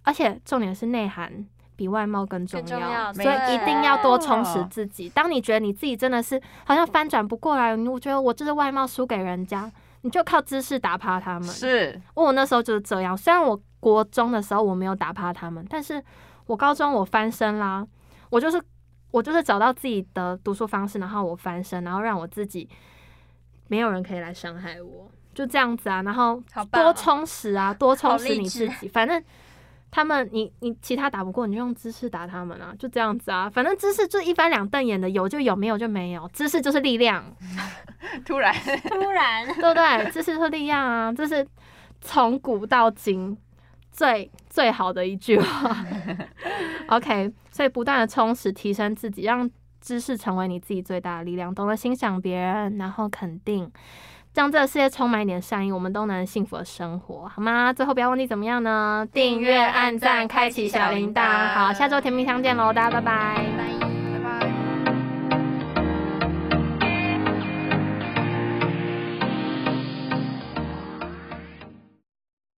S1: 而且重点是内涵比外貌更重
S3: 更
S1: 要，
S3: 重要
S1: 所
S2: 没
S1: 以一
S2: 错
S1: 定要多充实自己。当你觉得你自己真的是好像翻转不过来，你我觉得我就是外貌输给人家，你就靠知识打趴他们。
S2: 是
S1: 我那时候就是这样，虽然我国中的时候我没有打趴他们，但是我高中我翻身啦，我就是我就是找到自己的读书方式，然后我翻身，然后让我自己没有人可以来伤害我，就这样子啊，然后
S3: 好棒
S1: 多
S3: 哦，
S1: 充实啊，多充实你自
S3: 好
S1: 己。反正他们你你其他打不过，你就用知识打他们啊，就这样子啊。反正知识就是一翻两瞪眼的，有就有，没有就没有。知识就是力量，
S2: 突然
S3: 突然
S1: 对不对？知识就是力量啊，这是从古到今最最好的一句话。OK，所以不断的充实、提升自己，让知识成为你自己最大的力量，懂得欣赏别人，然后肯定。让这个世界充满一点善意，我们都能幸福的生活，好吗？最后不要忘记怎么样呢？订阅、按赞、开启小铃铛。好，下周甜蜜相见喽，大家拜拜。